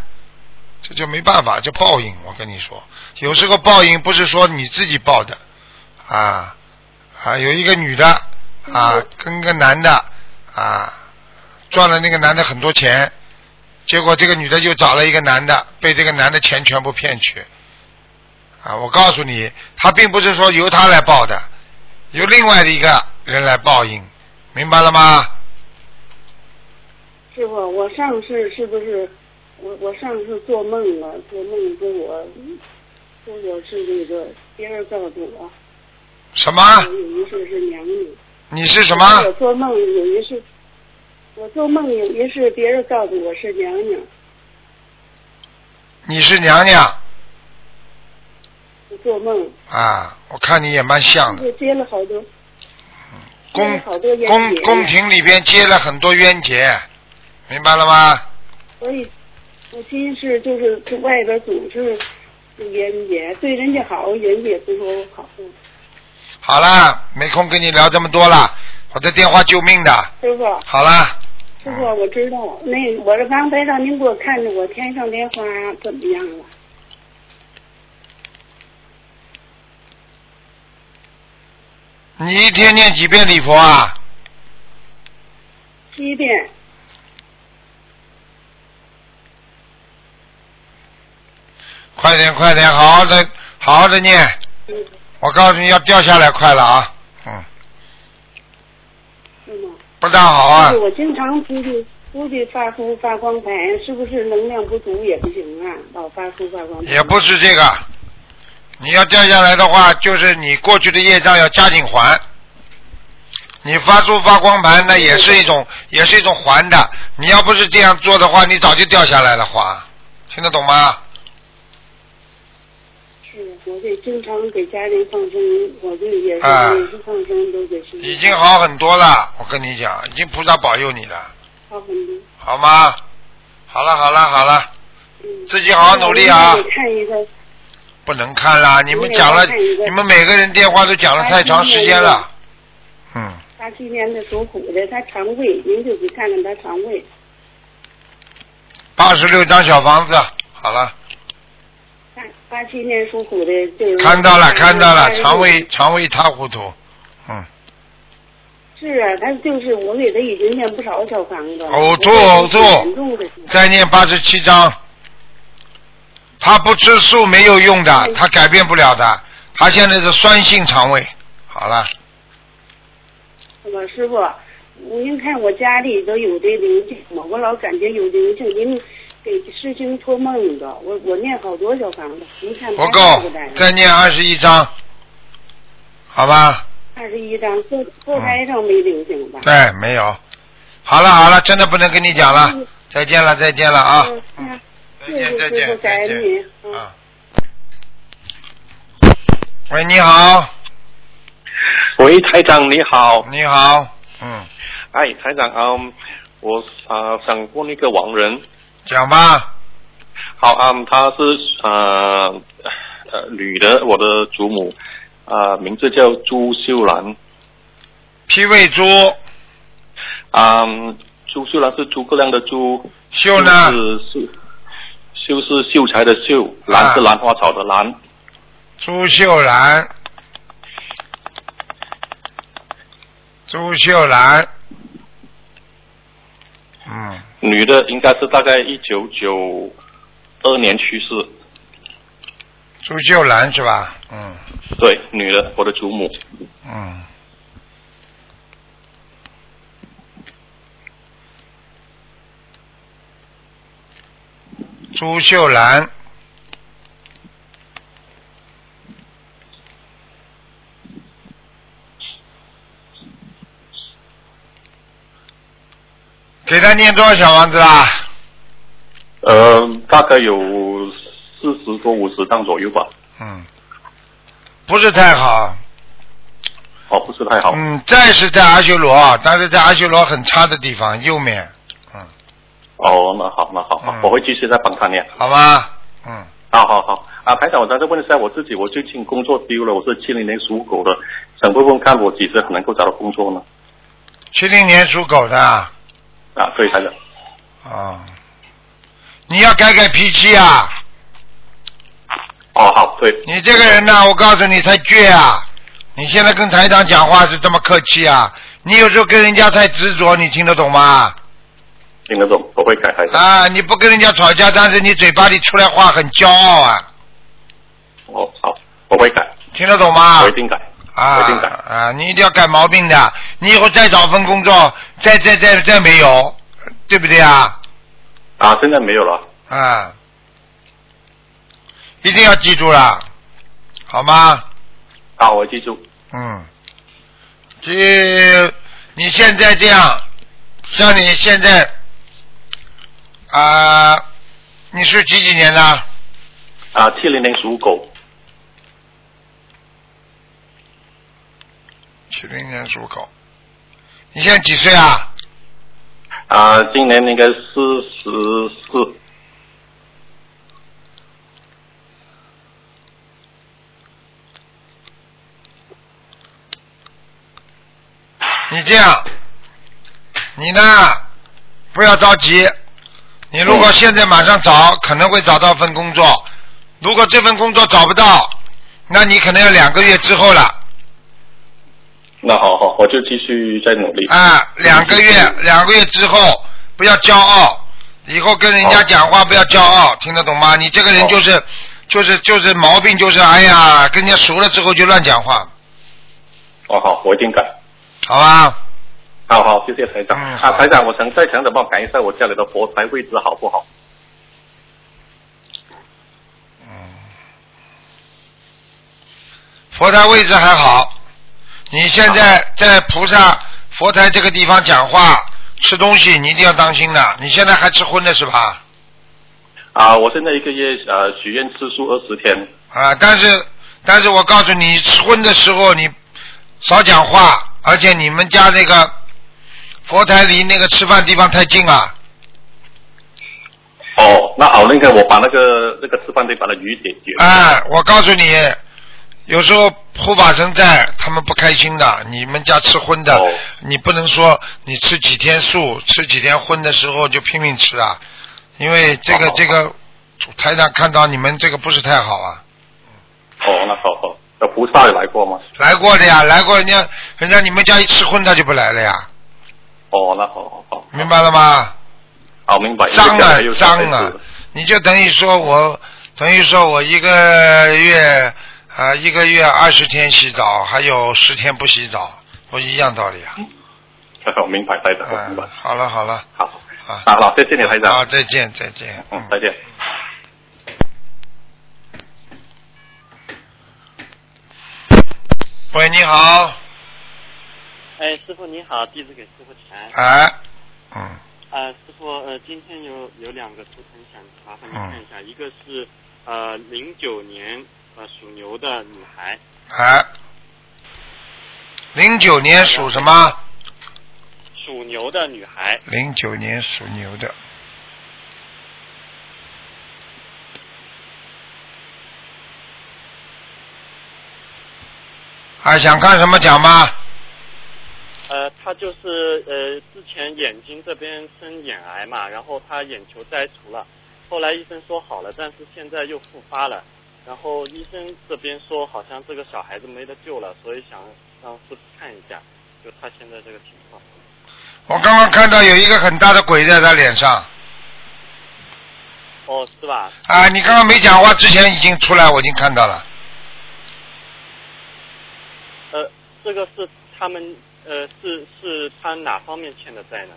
S1: 这就没办法，这报应。我跟你说，有时候报应不是说你自己报的，啊啊，有一个女的啊
S5: 嗯，
S1: 跟个男的啊，赚了那个男的很多钱，结果这个女的又找了一个男的，被这个男的钱全部骗去。啊，我告诉你，他并不是说由他来报的，由另外的一个人来报应，明白了吗？
S5: 师傅，我上次是不是我我上次做梦了？做梦说我说我是那个别人告诉我，
S1: 什么
S5: 我？啊有一次是娘女。
S1: 你是什么
S5: 我？做梦有一次，我做梦有一次别人告诉我是娘娘，
S1: 你是娘娘
S5: 我做梦
S1: 啊？我看你也蛮像的，
S5: 就接了好多
S1: 嗯
S5: 接
S1: 宫
S5: 了好多冤
S1: 宫
S5: 结
S1: 宫廷里边接了很多冤结，明白了吗？
S5: 所以我心是就是在外边总是人也对人家好，人家也不说我好。
S1: 好啦，没空跟你聊这么多了，我的电话救命的。
S5: 师傅，
S1: 好啦，
S5: 师傅，我知道，那我是刚才让您给我看着我天上莲花怎么样了？
S1: 你一天念几遍礼佛啊？
S5: 七遍，
S1: 快点，快点，好好的，好好的念。
S5: 嗯，
S1: 我告诉你要掉下来快了啊，嗯，
S5: 是吗？
S1: 不大好啊
S5: 就是。我经常出去出去发出发光盘，是不是能量不足也不行啊？老发出发光盘
S1: 也不是这个，你要掉下来的话，就是你过去的业障要加紧还。你发出发光盘呢，也是一种，也是一种还的。你要不是这样做的话，你早就掉下来了，花，听得懂吗？
S5: 是，我得经常给家人放生，我这也是
S1: 啊
S5: 每次放生都给师傅
S1: 已经好很多了，我跟你讲，已经菩萨保佑你了，
S5: 好很多。
S1: 好吗？好了，好了，好了，
S5: 嗯，
S1: 自己好好努力啊
S5: 我得看一个，
S1: 不能看啦，你们讲了，你们每个人电话都讲了太长时间了，嗯。
S5: 八七年的属虎的，他肠胃，您就去看看他肠胃。
S1: 八十六张小房子，好了，
S5: 看八七年属虎的，就是
S1: 看到了，看到了，
S5: 他
S1: 肠胃肠胃一塌糊涂，嗯，
S5: 是啊，他就是我给他已经念不少小房子了。
S1: 呕吐
S5: 我
S1: 呕
S5: 觉得挺严重的
S1: 吐，再念八十七章。他不吃素没有用的，他改变不了的。他现在是酸性肠胃。好了，
S5: 我师傅，您看我家里头有这灵性嘛，我老感觉有灵性，您给师兄托梦的，我我念好多小房子，您看
S1: 不
S5: 他
S1: 够
S5: 带不带，
S1: 再念二十一章，好吧？
S5: 二十一张，后后台上没灵性吧？
S1: 嗯对，没有。好了好了，真的不能跟你讲了，再见了再见了啊！
S5: 嗯，
S1: 再见再
S5: 谢谢师傅，
S1: 见
S5: 感
S1: 再
S5: 恩
S1: 见
S5: 您。嗯
S1: 啊！喂，你好，
S6: 喂，台长你好，
S1: 你好，嗯，
S6: 哎，台长啊、嗯我啊、想问一个亡人，
S1: 讲吧，
S6: 好啊、嗯她是啊呃女的，我的祖母啊、名字叫朱秀兰
S1: 脾胃猪
S6: 啊、嗯朱秀兰是诸葛亮的朱，
S1: 秀呢？啊
S6: 是秀，秀是秀才的秀，兰是兰花草的兰，
S1: 朱秀兰，朱秀兰，嗯，
S6: 女的应该是大概一九九二年去世，
S1: 朱秀兰是吧？嗯
S6: 对，女的，我的祖母，
S1: 嗯，朱秀兰，给他念多少小王子啦？
S6: 呃，大概有四十多五十张左右吧。
S1: 嗯，不是太好。
S6: 哦，不是太好。
S1: 嗯，在是在阿修罗，但是在阿修罗很差的地方，右面，
S6: 哦，那好，那好，好
S1: 嗯
S6: 我会继续再帮他念。
S1: 好吧？嗯，
S6: 好好好。啊，排长，我再问一下我自己，我最近工作丢了，我是七零年属狗的，想问问看我几时能够找到工作呢？
S1: 七零年属狗的啊、
S6: 啊，对，排长。
S1: 哦你要改改脾气啊！
S6: 哦，好，对，
S1: 你这个人呐，我告诉你，太倔啊！你现在跟台长讲话是这么客气啊？你有时候跟人家太执着，你听得懂吗？
S6: 听得懂，我会改，排长。
S1: 啊，你不跟人家吵架，但是你嘴巴里出来话很骄傲啊，
S6: 哦，好，我会改，
S1: 听得懂吗？
S6: 我一定改。
S1: 啊
S6: 我一定改
S1: 啊！你一定要改毛病的，你以后再找份工作，再再再再没有，对不对啊？
S6: 啊，现在没有了。
S1: 啊，一定要记住了，好吗？
S6: 啊，我记住。
S1: 嗯，这你现在这样，像你现在啊、你是几几年的？
S6: 啊，七零年属狗。
S1: 七零年属狗。你现在几岁啊？
S6: 啊，今年应该四十四。
S1: 你这样，你呢？不要着急。你如果现在马上找，可能会找到份工作。如果这份工作找不到，那你可能要两个月之后了。
S6: 那好好，我就继续再努力。
S1: 啊，两个月，两个月之后不要骄傲，以后跟人家讲话不要骄傲，听得懂吗？你这个人就是，就是就是毛病，就是哎呀，跟人家熟了之后就乱讲话，
S6: 哦，好，我一定改。
S1: 好吧？
S6: 好好，谢谢台长。
S1: 嗯好
S6: 啊，台长，我想再想着帮我改一下我家里的佛台位置好不好？
S1: 佛台位置还好，你现在在菩萨佛台这个地方讲话、吃东西，你一定要当心的。你现在还吃荤的是吧？
S6: 啊，我现在一个月呃许愿次数二十天。
S1: 啊，但是但是我告诉你，吃荤的时候你少讲话，而且你们家那个佛台离那个吃饭地方太近啊了。
S6: 哦，那好，那个我把那个那个吃饭得把它鱼解决。
S1: 哎，我告诉你，有时候护法神在，他们不开心的。你们家吃荤的，
S6: 哦
S1: 你不能说你吃几天素，吃几天荤的时候就拼命吃啊，因为这个、
S6: 好好
S1: 这个台长看到你们这个不是太好啊。
S6: 哦，那好好。呃，菩萨有来过吗？
S1: 来过的呀，来过人家，人家你们家一吃荤，他就不来了呀，
S6: 哦，那好好好，
S1: 明白了吗？
S6: 好明白。
S1: 脏啊
S6: 了又
S1: 脏啊！你就等于说我，等于说我一个月啊、一个月二十天洗澡，还有十天不洗澡，不一样道理啊。
S6: 我哦明白，台长，我
S1: 嗯
S6: 明白。，
S1: 好了好了，
S6: 好，
S1: 好，
S6: 那好，谢谢你，台
S1: 好，
S6: 长。
S1: 再见啊再见。
S6: 嗯，再见。
S1: 喂，你好，
S7: 哎，师傅你好，弟子给师傅钱。
S1: 哎，嗯
S7: 呃，师傅，呃，今天有有两个图腾想麻烦你看一下，一个是呃零九年呃属牛的女孩，
S1: 哎，零九年属什么？
S7: 属牛的女孩，
S1: 零九年属牛的。啊，想看什么奖吗？
S7: 呃，她就是呃之前眼睛这边生眼癌嘛，然后她眼球摘除了，后来医生说好了，但是现在又复发了，然后医生这边说好像这个小孩子没得救了，所以想让师傅看一下，就她现在这个情况。
S1: 我刚刚看到有一个很大的鬼在他脸上
S7: 哦，是吧？
S1: 啊！你刚刚没讲话之前已经出来，我已经看到了。
S7: 呃，这个是他们呃是是他哪方面欠的债呢？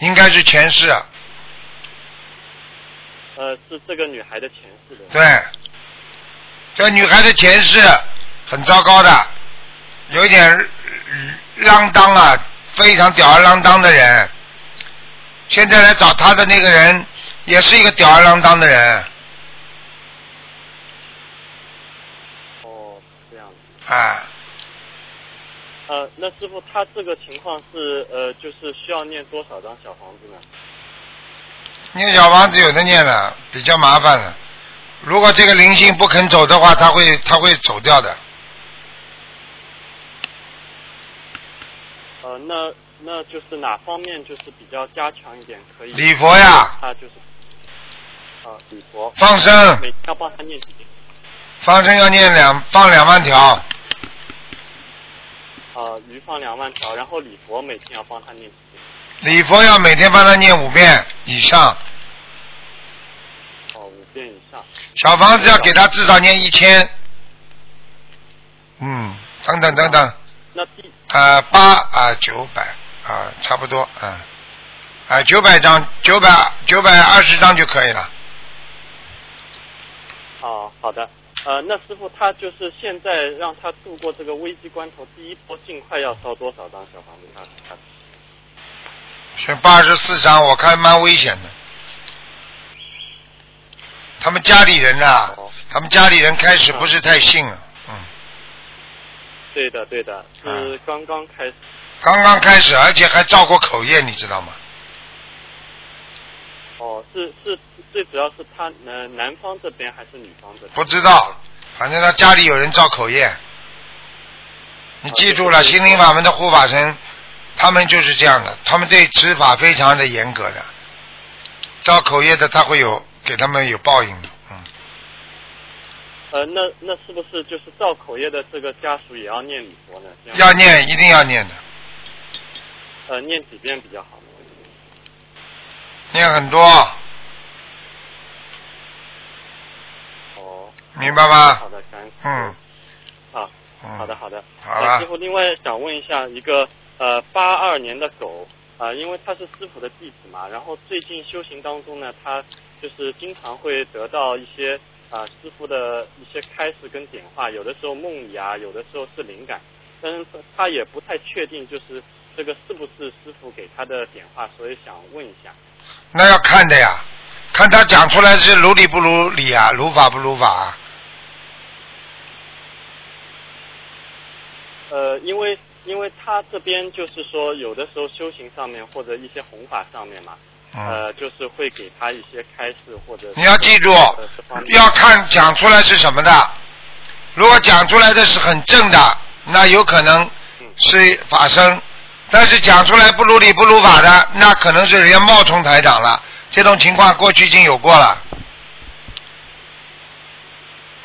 S1: 应该是前世，啊
S7: 呃，是这个女孩的前世的。
S1: 对，这女孩的前世很糟糕的，有一点呃浪当啊，非常吊儿郎当的人。现在来找她的那个人也是一个吊儿郎当的人
S7: 哦，这样子。
S1: 啊，
S7: 呃，那师傅他这个情况是呃，就是需要念多少张小房子呢？
S1: 念小房子有的念了，比较麻烦了。如果这个灵性不肯走的话，他会他会走掉的。
S7: 呃，那那就是哪方面就是比较加强一点可以？
S1: 礼佛呀，
S7: 他就是呃，礼佛，
S1: 放生
S7: 每天要帮他念几遍？
S1: 放生要念两放两万条，
S7: 呃，鱼放两万条，然后礼佛每天要帮他念几遍？
S1: 礼佛要每天帮他念五遍以上，
S7: 哦，五遍以上。
S1: 小房子要给他至少念一千。嗯，等等等等，
S7: 那第
S1: 啊八啊九百啊差不多啊啊九百张九百九百二十张就可以了。
S7: 哦，好的。呃，那师傅他就是现在让他度过这个危机关头，第一波尽快要烧多少张小房子？他他
S1: 是八十四张，我看蛮危险的。他们家里人呐、啊
S7: 哦
S1: 他们家里人开始不是太信了，嗯，
S7: 对的对的，是
S1: 嗯
S7: 刚刚开始。
S1: 刚刚开始，而且还造过口业，你知道吗？
S7: 哦，是是，最主要是他呃男方这边还是女方这边？
S1: 不知道，反正他家里有人造口业。你记住了，
S7: 啊对对对
S1: 心灵法门的护法神，他们就是这样的，他们对执法非常的严格的，造口业的他会有给他们有报应的，嗯，
S7: 呃，那那是不是就是造口业的这个家属也要念礼佛呢？这样
S1: 要念一定要念的，
S7: 呃念几遍比较好呢？
S1: 念很多，
S7: 哦，
S1: 明白吗
S7: 好？的，感恩。
S1: 嗯。
S7: 啊，
S1: 嗯，
S7: 好的好的。
S1: 好
S7: 呃
S1: 了
S7: 师，傅，另外想问一下一个呃八二年的狗啊、呃因为他是师傅的弟子嘛，然后最近修行当中呢，他就是经常会得到一些啊、呃师傅的一些开示跟点化，有的时候梦里啊，有的时候是灵感，但是他他也不太确定就是这个是不是师傅给他的点化，所以想问一下。
S1: 那要看的呀，看他讲出来是如理不如理啊，如法不如法啊。
S7: 呃，因为因为他这边就是说，有的时候修行上面或者一些弘法上面嘛，
S1: 嗯，
S7: 呃，就是会给他一些开示或者是
S1: 你要记住
S7: 呃这方面
S1: 要看讲出来是什么的。如果讲出来的是很正的，那有可能
S7: 嗯
S1: 是法身；但是讲出来不如理不如法的，那可能是人家冒充台长了。这种情况过去已经有过了，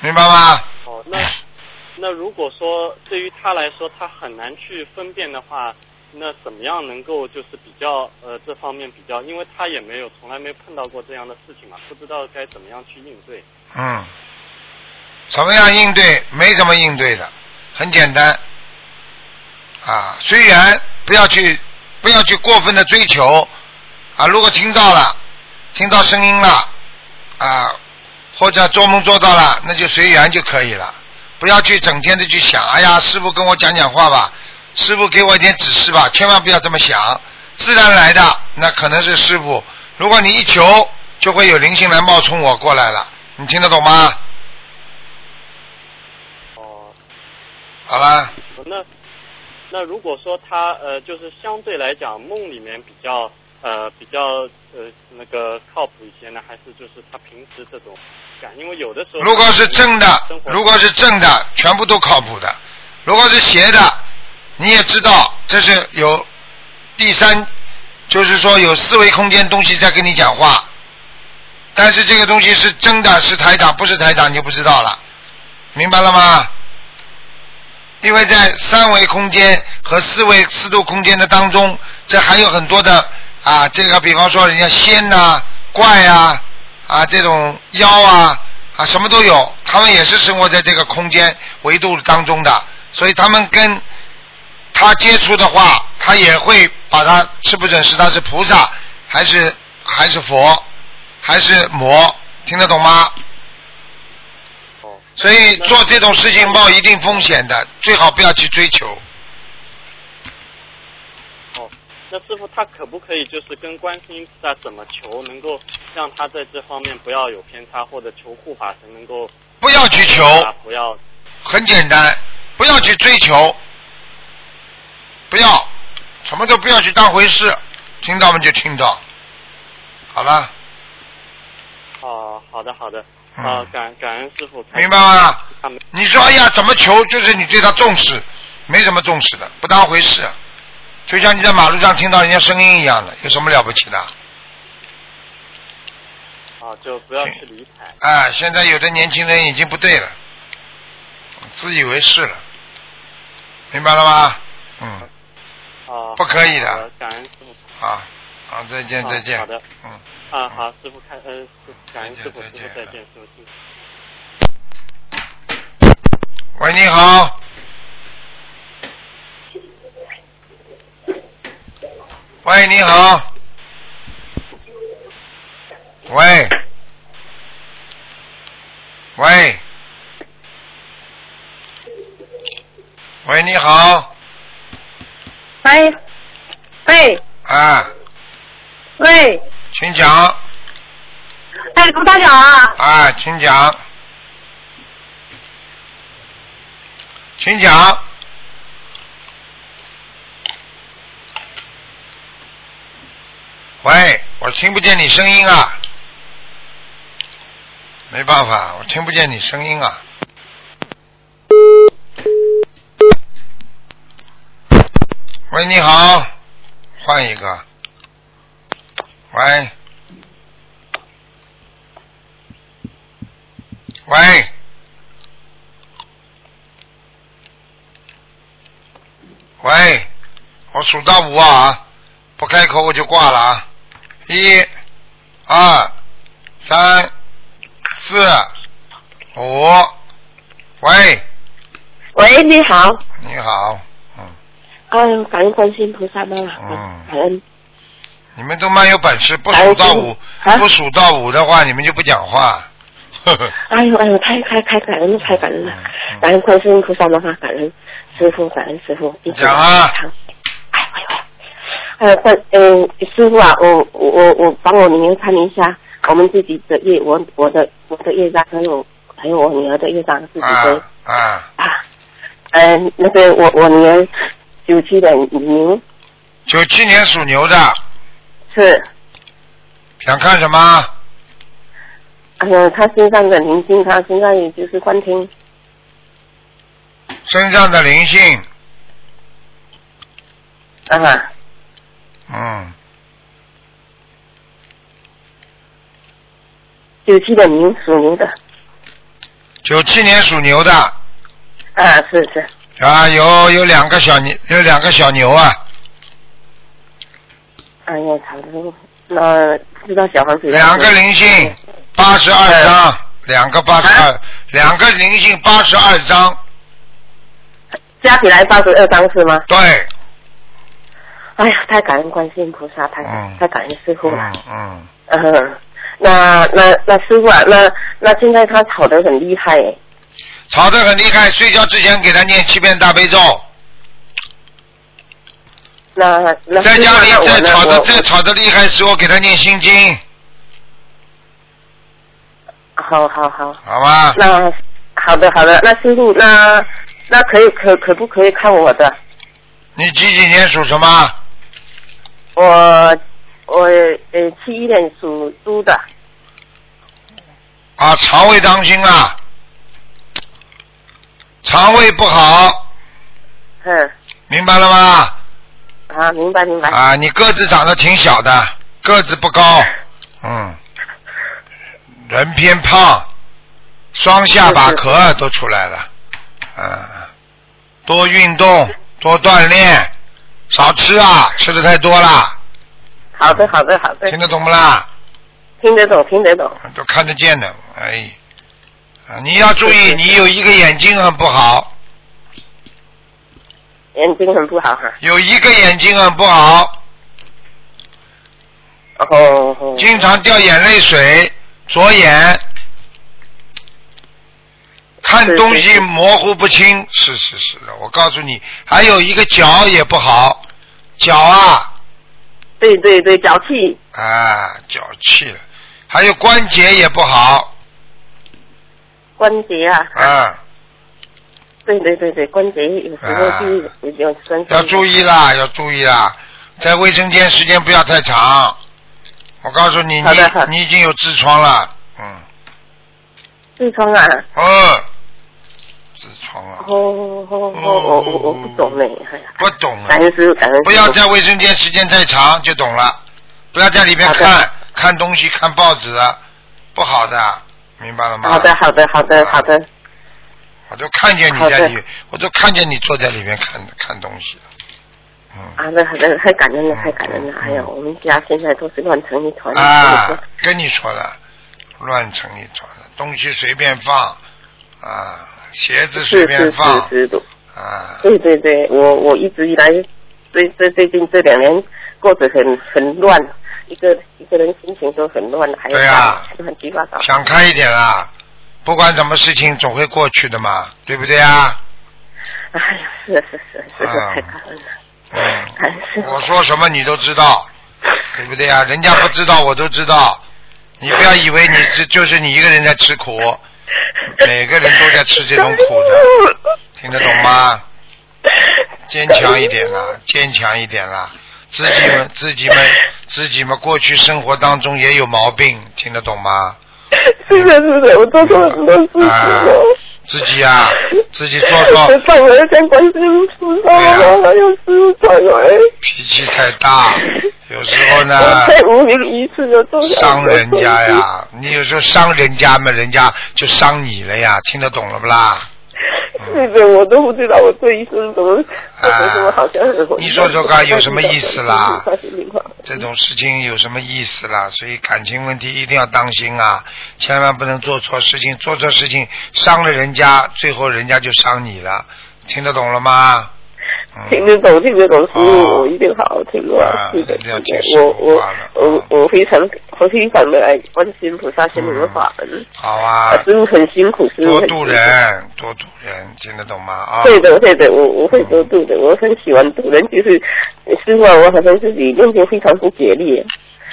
S1: 明白吗？
S7: 哦，那那如果说对于他来说，他很难去分辨的话，那怎么样能够就是比较呃这方面比较，因为他也没有从来没碰到过这样的事情嘛，不知道该怎么样去应对。
S1: 嗯，怎么样应对？没怎么应对的，很简单。啊，虽然不要去不要去过分的追求啊，如果听到了，听到声音了啊，或者做梦做到了，那就随缘就可以了，不要去整天的去想，哎呀，师傅跟我讲讲话吧，师傅给我一点指示吧，千万不要这么想，自然来的那可能是师傅。如果你一求，就会有灵性来冒充我过来了，你听得懂吗？
S7: 哦、
S1: 好了。
S7: 那那如果说他呃，就是相对来讲梦里面比较呃比较呃那个靠谱一些呢，还是就是他平时这种感？因为有的时候
S1: 如果是正的
S7: 生，活
S1: 如果是正的，全部都靠谱的；如果是邪的，你也知道这是有第三，就是说有四维空间东西在跟你讲话。但是这个东西是真的是台长，不是台长你就不知道了，明白了吗？因为在三维空间和四维四度空间的当中，这还有很多的啊，这个比方说人家仙呐、怪啊、啊这种妖啊啊什么都有，他们也是生活在这个空间维度当中的，所以他们跟他接触的话，他也会把他是不准是他是菩萨还是还是佛还是魔，听得懂吗？
S7: 哦
S1: 所以做这种事情冒一定风险的，最好不要去追求。
S7: 哦，那师傅他可不可以就是跟观世音菩萨怎么求，能够让他在这方面不要有偏差，或者求护法神能够
S1: 不要去求，
S7: 啊不要
S1: 很简单，不要去追求，不要什么都不要去当回事，听到吗？就听到。好了，
S7: 哦，好的好的，
S1: 嗯
S7: 啊、感感恩师傅，
S1: 明白吗？
S7: 他们
S1: 你说哎呀，怎么求？就是你对他重视，没什么重视的，不当回事，就像你在马路上听到人家声音一样的，有什么了不起的？
S7: 啊就不要去理睬。
S1: 哎，现在有的年轻人已经不对了，自以为是了，明白了吗？嗯，
S7: 啊，
S1: 不可以的
S7: 好感恩师傅。
S1: 好，啊好，再见，
S7: 好
S1: 再见。
S7: 好的
S1: 嗯。
S7: 啊，好，师傅开，呃，师傅感恩师傅，
S1: 再
S7: 师傅
S1: 见再
S7: 再
S1: 见
S7: 见，师傅辛苦。
S1: 喂，你好。喂，你好。喂。喂。喂，你好。
S8: 喂，喂，
S1: 啊，
S8: 喂，
S1: 请讲。
S8: 哎，卢大长啊，
S1: 啊，请讲。请讲。喂，我听不见你声音啊。没办法，我听不见你声音啊。喂，你好，换一个。喂。喂，喂，我数到五啊，不开口我就挂了啊！一、二、三、四、五。喂，
S8: 喂，你好，
S1: 你好，嗯，
S8: 嗯，感恩观世音菩萨妈妈，
S1: 嗯
S8: 感恩，
S1: 你们都蛮有本事，不数到五，
S8: 哎师傅啊
S1: 不数到五的话，你们就不讲话。 呵呵，
S8: 哎呦哎呦，太太太感恩了，太感恩了
S1: 嗯嗯，
S8: 感恩观世音菩萨妈妈，感恩师傅，感恩师傅，一直
S1: 讲啊
S8: 哎哎呦哎呦，呃，观，嗯，师傅啊，我我我我帮我女儿看一下我们自己的业，我我的我的业障，还有还有我女儿的业障自己背。
S1: 啊啊，
S8: 啊，嗯，那个我我女儿九七的牛
S1: 九七年属牛的，
S8: 是，
S1: 想看什么？
S8: 哎呦，她身上的灵性，她身上也就是幻听，
S1: 身上的灵性，
S8: 啊，
S1: 嗯，
S8: 九七的牛属牛的，
S1: 九七年属牛的，
S8: 啊，是是，
S1: 啊，有有两个小牛，有两个小牛啊，
S8: 哎呀，差不多，那不知道小房子要
S1: 两个灵性，八十二张，两个八十二，两个灵性八十二张，
S8: 加起来八十二张是吗？
S1: 对，
S8: 哎呀，太感恩观世音菩萨，太、
S1: 嗯
S8: 太感恩师傅了。
S1: 嗯嗯，
S8: 嗯，那那那师傅啊，那那现在他吵得很厉害耶，
S1: 吵得很厉害，睡觉之前给他念七遍大悲咒，
S8: 那那
S1: 在
S8: 师
S1: 家
S8: 傅啊
S1: 里
S8: 那
S1: 再吵得
S8: 我呢我
S1: 再吵得厉害时候给他念心经，
S8: 好好好，
S1: 好吗？
S8: 那好的好的，那师傅那那可以可可不可以看我的？
S1: 你几几年属什么？
S8: 我我呃七一年属猪的，
S1: 啊，肠胃当心啊，肠胃不好，
S8: 嗯
S1: 明白了吗？
S8: 啊明白明白，
S1: 啊，你个子长得挺小的，个子不高，嗯，人偏胖，双下巴壳都出来了，啊，多运动，多锻炼，少吃啊，吃的太多了，
S8: 好的好的好的
S1: 听，得懂不啦？
S8: 听得懂听得懂，
S1: 都看得见的，哎，啊，你要注意，你有一个眼睛很不好，
S8: 眼睛很不好哈、
S1: 有一个眼睛很不好，
S8: 哦哦，
S1: 经常掉眼泪水，左眼。看
S8: 是
S1: 东
S8: 是
S1: 西
S8: 是
S1: 模糊不清，是是是的，我告诉你，还有一个脚也不好，脚啊
S8: 对对对，脚气，
S1: 啊脚气了，还有关节也不好
S8: 关节啊，
S1: 啊，
S8: 对对对对，关节有时候
S1: 啊
S8: 是有有酸
S1: 要
S8: 酸。
S1: 注意啦，要注意啦，在卫生间时间不要太长，我告诉你，
S8: 好
S1: 你
S8: 的好
S1: 你已经有痔疮了，嗯
S8: 痔疮啊，
S1: 嗯，痔疮了，
S8: 哦哦哦哦，我我不懂呢，哎呀，
S1: 不懂啊
S8: 感，恩师傅，感恩师傅。
S1: 不要在卫生间时间太长就懂了，不要在里面
S8: 好的
S1: 看看东西、看报纸，啊不好的，明白了吗？
S8: 好的，好的，好
S1: 啊
S8: 的，好的，
S1: 我都看见你
S8: 好
S1: 在
S8: 的
S1: 里，我都看见你坐在里面看看东西了。嗯
S8: 好的，好的，啊太感恩了，太感恩了！哎呀，我们家现在都是乱成一团。
S1: 啊，跟你说了，乱成一团了，东西随便放啊，鞋子随
S8: 是是
S1: 便
S8: 是
S1: 放
S8: 是的，
S1: 啊，
S8: 对对对，我我一直以来，最最最近这两年过得很很乱，一个一个人心情都很乱，还有
S1: 对啊
S8: 乱七八糟。
S1: 想开一点啦，不管什么事情总会过去的嘛，对不对啊？
S8: 哎呀，是是是是，太感恩了，
S1: 嗯，
S8: 感恩师傅
S1: 我说什么你都知道，对不对啊？人家不知道，我都知道。你不要以为你这就是你一个人在吃苦，每个人都在吃这种苦的，听得懂吗？坚强一点啦，坚强一点啦。自己们、自己们、自己们过去生活当中也有毛病，听得懂吗？
S8: 是的，是的，我做错了很多事情
S1: 啊
S8: 哦。
S1: 自己啊，自己做错
S8: 我忏悔，向观世音菩萨，
S1: 对啊
S8: 我哦还有师傅忏悔。
S1: 脾气太大，有时候呢。
S8: 我太无名一次的做
S1: 啊伤人家。呀，你有时候伤人家嘛，人家就伤你了呀，听得懂了不啦？
S8: 是
S1: 嗯
S8: 的，我都不知道我这一生怎么，怎么怎么好像很混
S1: 哎你说说看有什么意思 啦这种事情有什么意思啦？所以感情问题一定要当心啊，千万不能做错事情，做错事情伤了人家，最后人家就伤你了，听得懂了吗？
S8: 听
S1: 嗯，
S8: 得懂，听得懂，师
S1: 哦
S8: 傅，我一定好好听
S1: 啊
S8: 话。是的，
S1: 这
S8: 是
S1: 样
S8: 的
S1: 解，释
S8: 我
S1: 我
S8: 我
S1: 话了
S8: 我我非常我非常的爱观世音菩萨，向你们法门。
S1: 好
S8: 啊
S1: 啊，
S8: 师傅很辛苦，师傅
S1: 多
S8: 很辛
S1: 度
S8: 苦。
S1: 人，多度人，听得懂吗？啊，
S8: 会的，会的，我我会得度的，我很喜欢度人，就是师傅啊，我好像自己练经非常不竭力，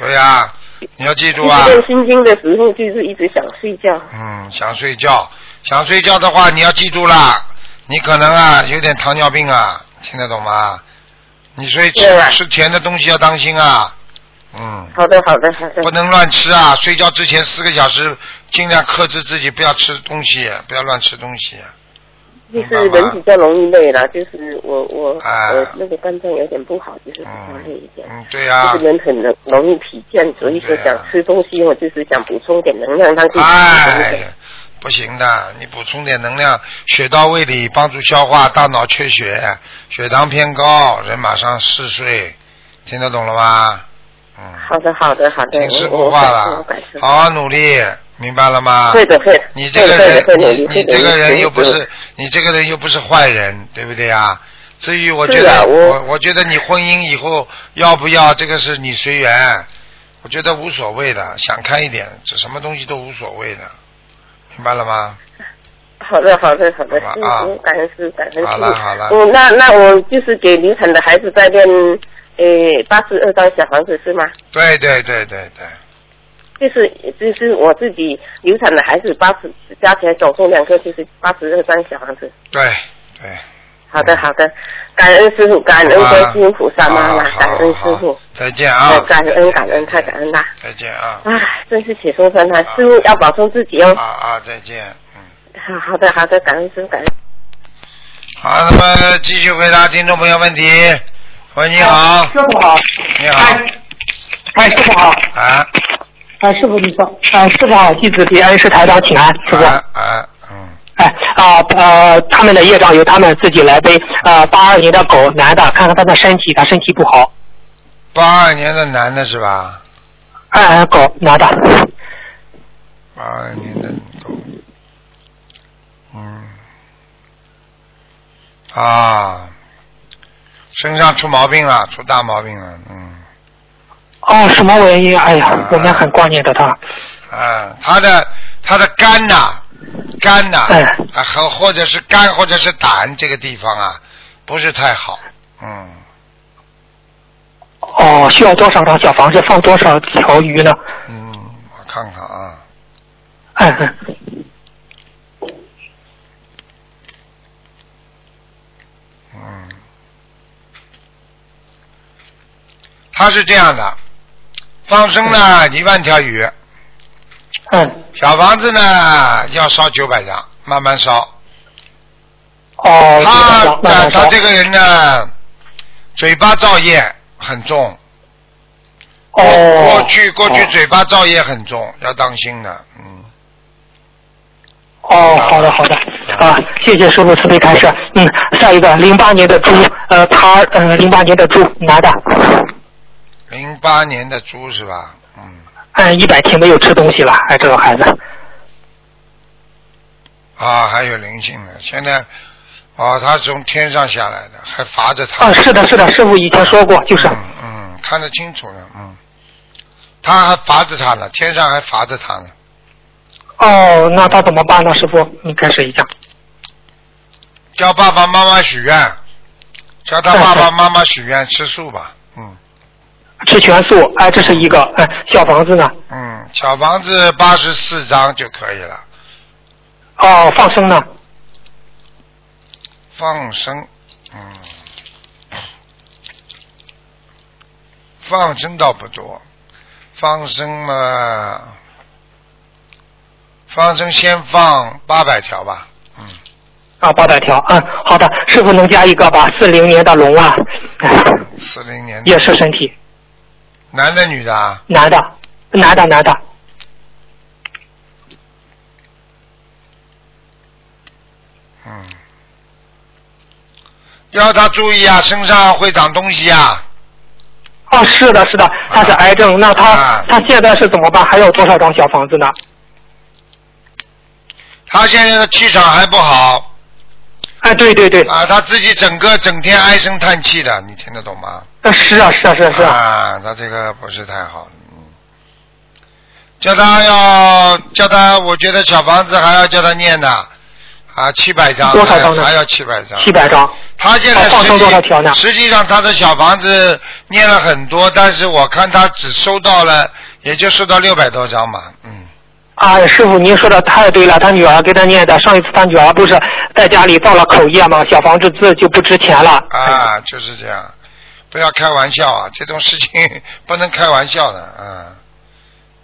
S1: 对呀、你要记
S8: 一
S1: 住啊。
S8: 直练心经的时候就是一直想睡觉，
S1: 嗯，想睡觉，想睡觉的话，你要记住啦，你可能啊有点糖尿病啊，听得懂吗？你所以吃
S8: 对啊
S1: 吃甜的东西要当心啊，嗯，
S8: 好的，好的，好的
S1: 不，能乱吃啊，睡觉之前四个小时尽量克制自己，不要吃东西，不要乱吃东西。
S8: 就是人比较容易累啦，就是我我
S1: 啊
S8: 我那个肝脏有点不好，就是比较累一
S1: 嗯
S8: 点。
S1: 嗯，对呀、
S8: 就是人很容容易疲倦，所以说
S1: 对啊
S8: 想吃东西，我就是想补充点能量，让自己
S1: 哎
S8: 精神一
S1: 呀
S8: 点。，
S1: 不行的，你补充点能量，血到胃里帮助消化，大脑缺血，血糖偏高，人马上嗜睡，听得懂了吗？嗯，
S8: 好的，好的，好的，
S1: 挺师
S8: 我
S1: 傅
S8: 我
S1: 话
S8: 感受，我
S1: 了
S8: 感，受。
S1: 好好努力，明白了吗？
S8: 会的，会的。
S1: 你这个
S8: 会的
S1: 人
S8: 会，
S1: 你
S8: 的会的
S1: 你
S8: 会的
S1: 这个人
S8: 会
S1: 又不
S8: 的
S1: 是你这个人又不是坏人，对不对啊？至于我
S8: 是
S1: 觉得
S8: 啊我
S1: 我我觉得你婚姻以后要不要，这个是你随缘，我觉得无所谓的，想开一点，这什么东西都无所谓的，明白了吗？
S8: 好的，好的，好的，
S1: 好吧
S8: 嗯
S1: 啊
S8: 嗯，感恩师，感恩师。
S1: 好了好了
S8: 我那那我就是给流产的孩子在练，诶，八十二张小房子是吗？
S1: 对对对对对，
S8: 就是就是我自己流产的孩子八十加起来总共两个就是八十二张小房子。
S1: 对对。
S8: 好
S1: 嗯
S8: 的，好的，感恩师傅，感恩
S1: 好吧
S8: 观世音菩萨妈妈，
S1: 好
S8: 感恩师
S1: 好
S8: 傅
S1: 好，再见啊！
S8: 感恩感恩太感恩啦！
S1: 再见啊！
S8: 唉，真是雪中送炭
S1: 啊，
S8: 师傅要保重自己哦
S1: 啊。啊，再见。嗯，
S8: 好好的，好的，感恩师傅，感恩。
S1: 好，那么继续回答听众朋友问题。喂，你好，
S9: 师傅好，
S1: 你好，
S9: 哎，师傅好，
S1: 啊，
S9: 哎，师傅你好，哎，师傅好，弟子给恩师台长请安，师傅。
S1: 啊啊，嗯，
S9: 哎啊呃，他们的业障由他们自己来背。呃，八二年的狗男的，看看他的身体，他身体不好。
S1: 八二年的男的是吧？
S9: 哎，狗男的，
S1: 八二年的狗，嗯，啊，身上出毛病了，出大毛病了，嗯。
S9: 哦，什么原因？哎呀，我们很挂念着他。
S1: 啊，他的他的肝呐、肝呐、
S9: 哎
S1: 啊，和或者是肝或者是胆这个地方啊，不是太好，嗯，
S9: 哦，需要多少张小房子，放多少条鱼呢？
S1: 嗯，我看看啊，
S9: 哎，嗯
S1: 嗯，他是这样的，放生呢一万条鱼，
S9: 嗯，
S1: 小房子呢要烧九百张，慢慢烧。
S9: 哦，
S1: 他
S9: 慢
S1: 他他
S9: 慢找
S1: 这个人呢，嘴巴造业很重，
S9: 哦，
S1: 过去过去
S9: 哦
S1: 嘴巴造业很重，要当心的。嗯，
S9: 哦，好的好的，啊，谢谢师傅慈悲开示。嗯，下一个零八年的猪，呃，他呃零八年的猪男的，
S1: 零八年的猪是吧？嗯，
S9: 嗯，一百天没有吃东西了，哎，这个孩子，
S1: 啊，还有灵性的，现在哦，他从天上下来的，还罚着他。
S9: 啊，是的是的，师傅以前说过，就是，
S1: 嗯嗯，看得清楚呢，嗯，他还罚着他呢，天上还罚着他呢。
S9: 哦，那他怎么办呢？师傅，你开始一下。
S1: 叫爸爸妈妈许愿，叫他爸爸妈妈许愿吃素吧。嗯
S9: 吃全素，哎，这是一个，哎，小房子呢？
S1: 嗯，小房子八十四张就可以了。
S9: 哦，放生呢？
S1: 放生，嗯，放生倒不多，放生嘛，放生先放八百条吧，嗯，
S9: 啊，八百条，嗯，好的，师傅能加一个吧？四零年的龙啊，哎
S1: 四零年的
S9: 也是身体，
S1: 男的女的啊，
S9: 男的，男的，男的，
S1: 嗯，要他注意啊，身上会长东西啊，
S9: 哦，是的，是的，他是癌症，那他、
S1: 啊
S9: 他现在是怎么办？还有多少张小房子呢？
S1: 他现在的气场还不好
S9: 哎，对对对，
S1: 啊，他自己整个整天唉声叹气的，你听得懂吗？
S9: 呃是啊是啊是啊是啊，
S1: 啊，他这个不是太好，嗯，叫他要叫他，我觉得小房子还要叫他念的，啊，七百张，
S9: 多少张呢
S1: 还要七百张，
S9: 七百张。
S1: 他现在
S9: 哦放
S1: 实
S9: 生
S1: 际
S9: 多少条呢
S1: 实际上他的小房子念了很多，但是我看他只收到了，也就收到六百多张嘛，嗯，
S9: 啊，师傅，您说的太对了，他女儿给他念的，上一次他女儿不是在家里造了口业吗？小房子这就不值钱了。哎，
S1: 啊，就是这样，不要开玩笑啊，这种事情不能开玩笑的，啊，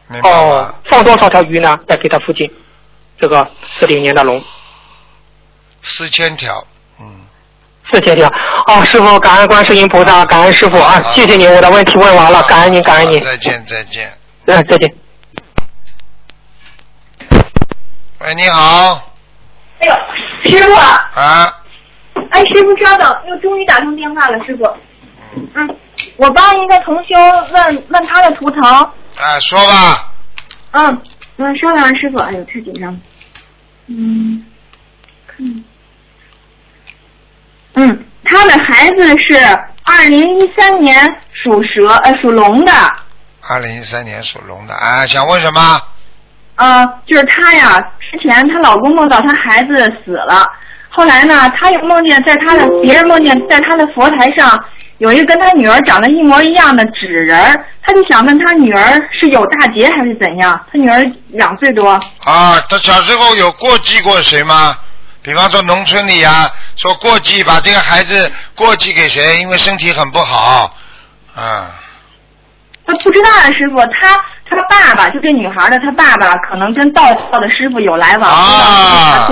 S1: 明白吗
S9: 哦？，放多少条鱼呢？再给他父亲，这个四零年的龙，
S1: 四千条，嗯，
S9: 四千条。啊，师傅，感恩观世音菩萨，感恩师傅啊
S1: 好，
S9: 谢谢您，我的问题问完
S1: 啊
S9: 了，感恩您，感恩嗯您
S1: 好。再见，再见。
S9: 嗯，再见。
S1: 喂，你好，
S10: 哎呦，师傅啊，
S1: 啊，
S10: 哎，师傅稍等，又终于打通电话了，师傅。嗯，我帮一个同修问问他的图腾。
S1: 啊，说吧，
S10: 嗯嗯，稍等啊，师傅，哎呦，太紧张了。嗯，看一下。嗯，他的孩子是二零一三年属蛇呃属龙的，
S1: 二零一三年属龙的，啊，想问什么？
S10: 呃，就是她呀，之前她老公梦到她孩子死了，后来呢，她又梦见在她的别人梦见在她的佛台上有一个跟她女儿长得一模一样的纸人儿，她就想问她女儿是有大劫还是怎样？她女儿两岁多，
S1: 啊，他小时候有过继过谁吗？比方说农村里啊，说过继把这个孩子过继给谁，因为身体很不好，啊，
S10: 她不知道啊，师傅，她她爸爸就这女孩的她爸爸可能跟道教的师傅有来往，
S1: 啊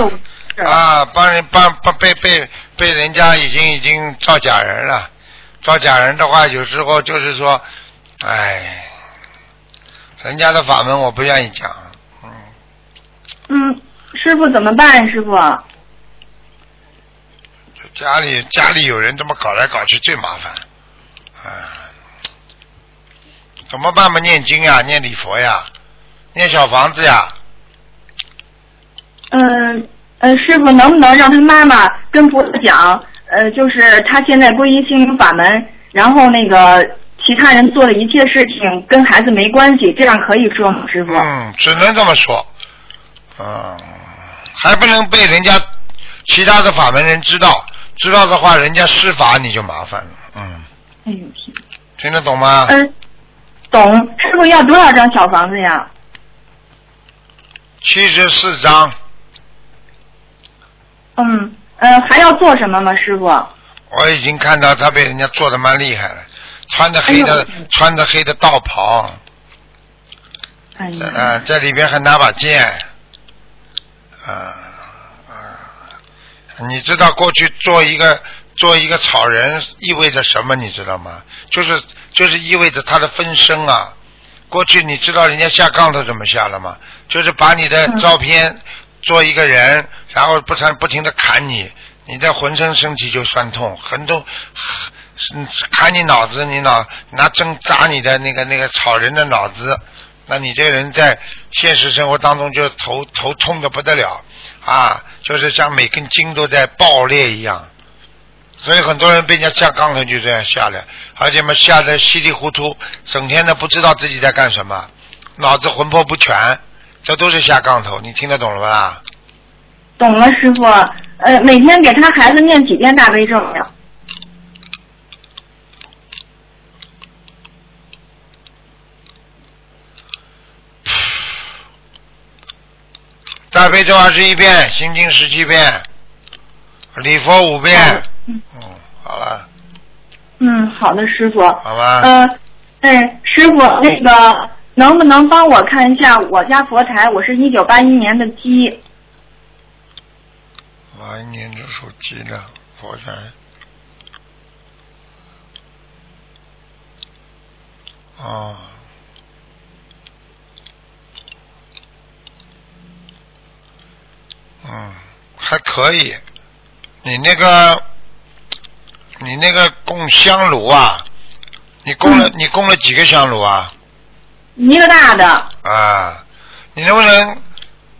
S1: 啊，帮人帮帮被被被人家已经已经造假人了，造假人的话，有时候就是说，哎，人家的法门我不愿意讲，
S10: 嗯，师傅怎么办呀，师傅？
S1: 就家里家里有人这么搞来搞去最麻烦，啊，怎么办嘛？念经呀，念礼佛呀，念小房子呀，
S10: 嗯，呃，师傅能不能让他妈妈跟菩萨讲，呃，就是他现在皈依心灵法门，然后那个其他人做的一切事情跟孩子没关系，这样可以说吗，师傅？
S1: 嗯，只能这么说，嗯，还不能被人家其他的法门人知道，知道的话，人家施法你就麻烦了，嗯，
S10: 哎呦，
S1: 听得懂吗？
S10: 嗯，懂。师傅要多少张小房子呀？
S1: 七十四章，
S10: 嗯，呃，还要做什么吗，师傅？
S1: 我已经看到他被人家做的蛮厉害了，穿着黑的、穿着黑的道袍，
S10: 哎
S5: 嗯
S10: 呀，
S1: 呃，在里边还拿把剑，啊、啊！你知道过去做一个做一个草人意味着什么？你知道吗？就是就是意味着他的分身啊。过去你知道人家下杠头怎么下了吗？就是把你的照片做一个人，然后不停不停的砍你，你的浑身身体就酸痛，很痛，嗯砍你脑子，你脑拿针扎你的那个那个草人的脑子，那你这个人在现实生活当中就头头痛的不得了啊，就是像每根筋都在爆裂一样。所以很多人被人家下杠头就这样下来，而且嘛下的稀里糊涂，整天的不知道自己在干什么，脑子魂魄不全，这都是下杠头，你听得懂了吧？
S10: 懂了，师傅。呃，每天给他孩子念几遍大悲咒呀？
S1: 大悲咒二十一遍，心经十七遍，礼佛五遍。嗯，好了，
S10: 嗯，好的，师傅。
S1: 好吧。
S10: 呃，哎，师傅，那个能不能帮我看一下我家佛台？我是一九八一年的鸡，
S1: 哪一年就属鸡的佛台？哦。嗯，还可以。你那个，你那个供香炉啊？你供了、你供了几个香炉啊？
S10: 一个大的。
S1: 啊，你能不能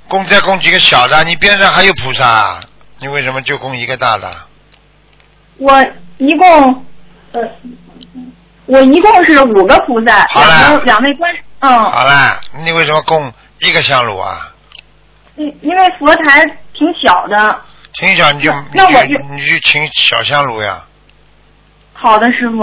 S1: 供再供几个小的？你边上还有菩萨啊，你为什么就供一个大的？
S10: 我一共，呃，我一共是五个菩萨，两个两位观世，嗯，
S1: 好啦，你为什么供一个香炉啊？
S10: 因因为佛台挺小的。
S1: 挺小你就你
S10: 那我
S1: 就你就请小香炉呀，
S10: 好的，师傅，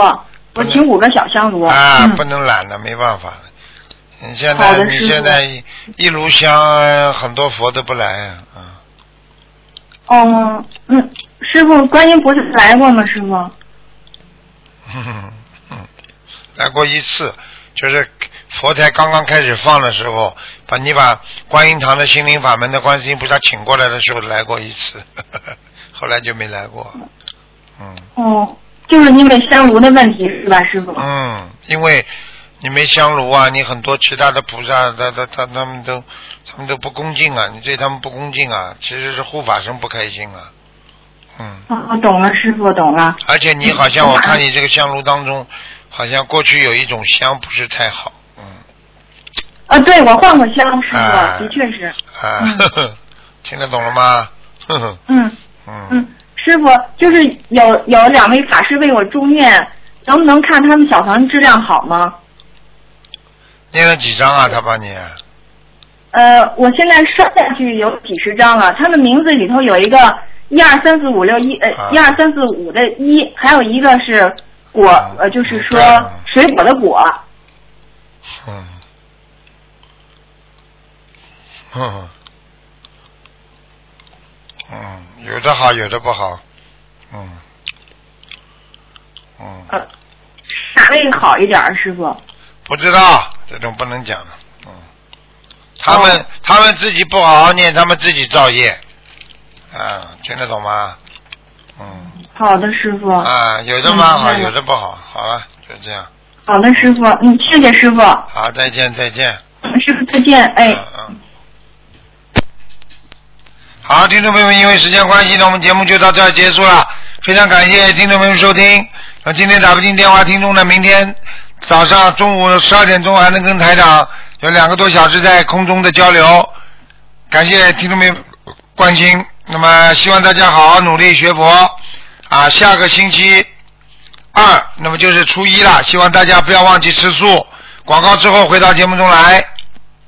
S10: 我请五个小香炉。
S1: 啊，
S10: 嗯
S1: 不能懒的，没办法的。你现
S10: 好
S1: 在
S10: 的
S1: 你
S10: 师傅
S1: 现在一一炉香，很多佛都不来啊。 嗯
S10: 嗯嗯，师傅，观音菩萨来过吗？师傅？
S1: 哼哼嗯，来过一次，就是佛台刚刚开始放的时候，把你把观音堂的心灵法门的观世音菩萨请过来的时候来过一次， 后来就没来过。嗯
S10: 哦，就是因为香炉的问题是吧，师傅？
S1: 嗯，因为你没香炉啊，你很多其他的菩萨，他他他他们都他们都不恭敬啊，你对他们不恭敬啊，其实是护法神不开心啊。嗯
S10: 哦，懂了，师傅懂了。
S1: 而且你好像我看你这个香炉当中，好像过去有一种香不是太好
S10: 啊，对我换过香，师傅、
S1: 哎
S10: 的确是。
S1: 啊，呵呵 听得懂了吗？ 呵呵，
S10: 嗯
S1: 嗯，
S10: 嗯，师傅就是有有两位法师为我助念，能不能看他们小房子质量好吗？
S1: 念了几张啊？他帮你
S10: 呃，我现在算下去有几十张了，他们名字里头有一个一二三四五六一，呃，
S1: 啊
S10: 一二三四五的一，还有一个是果，
S1: 啊
S10: 呃，就是说水果的果。
S1: 嗯，嗯，嗯，有的好，有的不好，嗯，嗯，
S10: 呃哪位好一点儿，啊师傅？
S1: 不知道这种不能讲的，嗯，他们、
S10: 哦
S1: 他们自己不好好念，他们自己造业，啊，听得懂吗？嗯，
S10: 好的，师傅。
S1: 啊，有的蛮好，
S10: 哦明白了
S1: 有的不好，好了，就这样，
S10: 好的，师傅，嗯，谢谢师傅，
S1: 好，再见，再见。
S10: 师傅再见，哎。
S1: 啊嗯好，听众朋友们，因为时间关系呢，我们节目就到这儿结束了。非常感谢听众朋友们收听。那今天打不进电话，听众呢，明天早上中午十二点钟还能跟台长有两个多小时在空中的交流。感谢听众朋友们关心，那么希望大家好好努力学佛啊。下个星期二，那么就是初一了，希望大家不要忘记吃素。广告之后回到节目中来。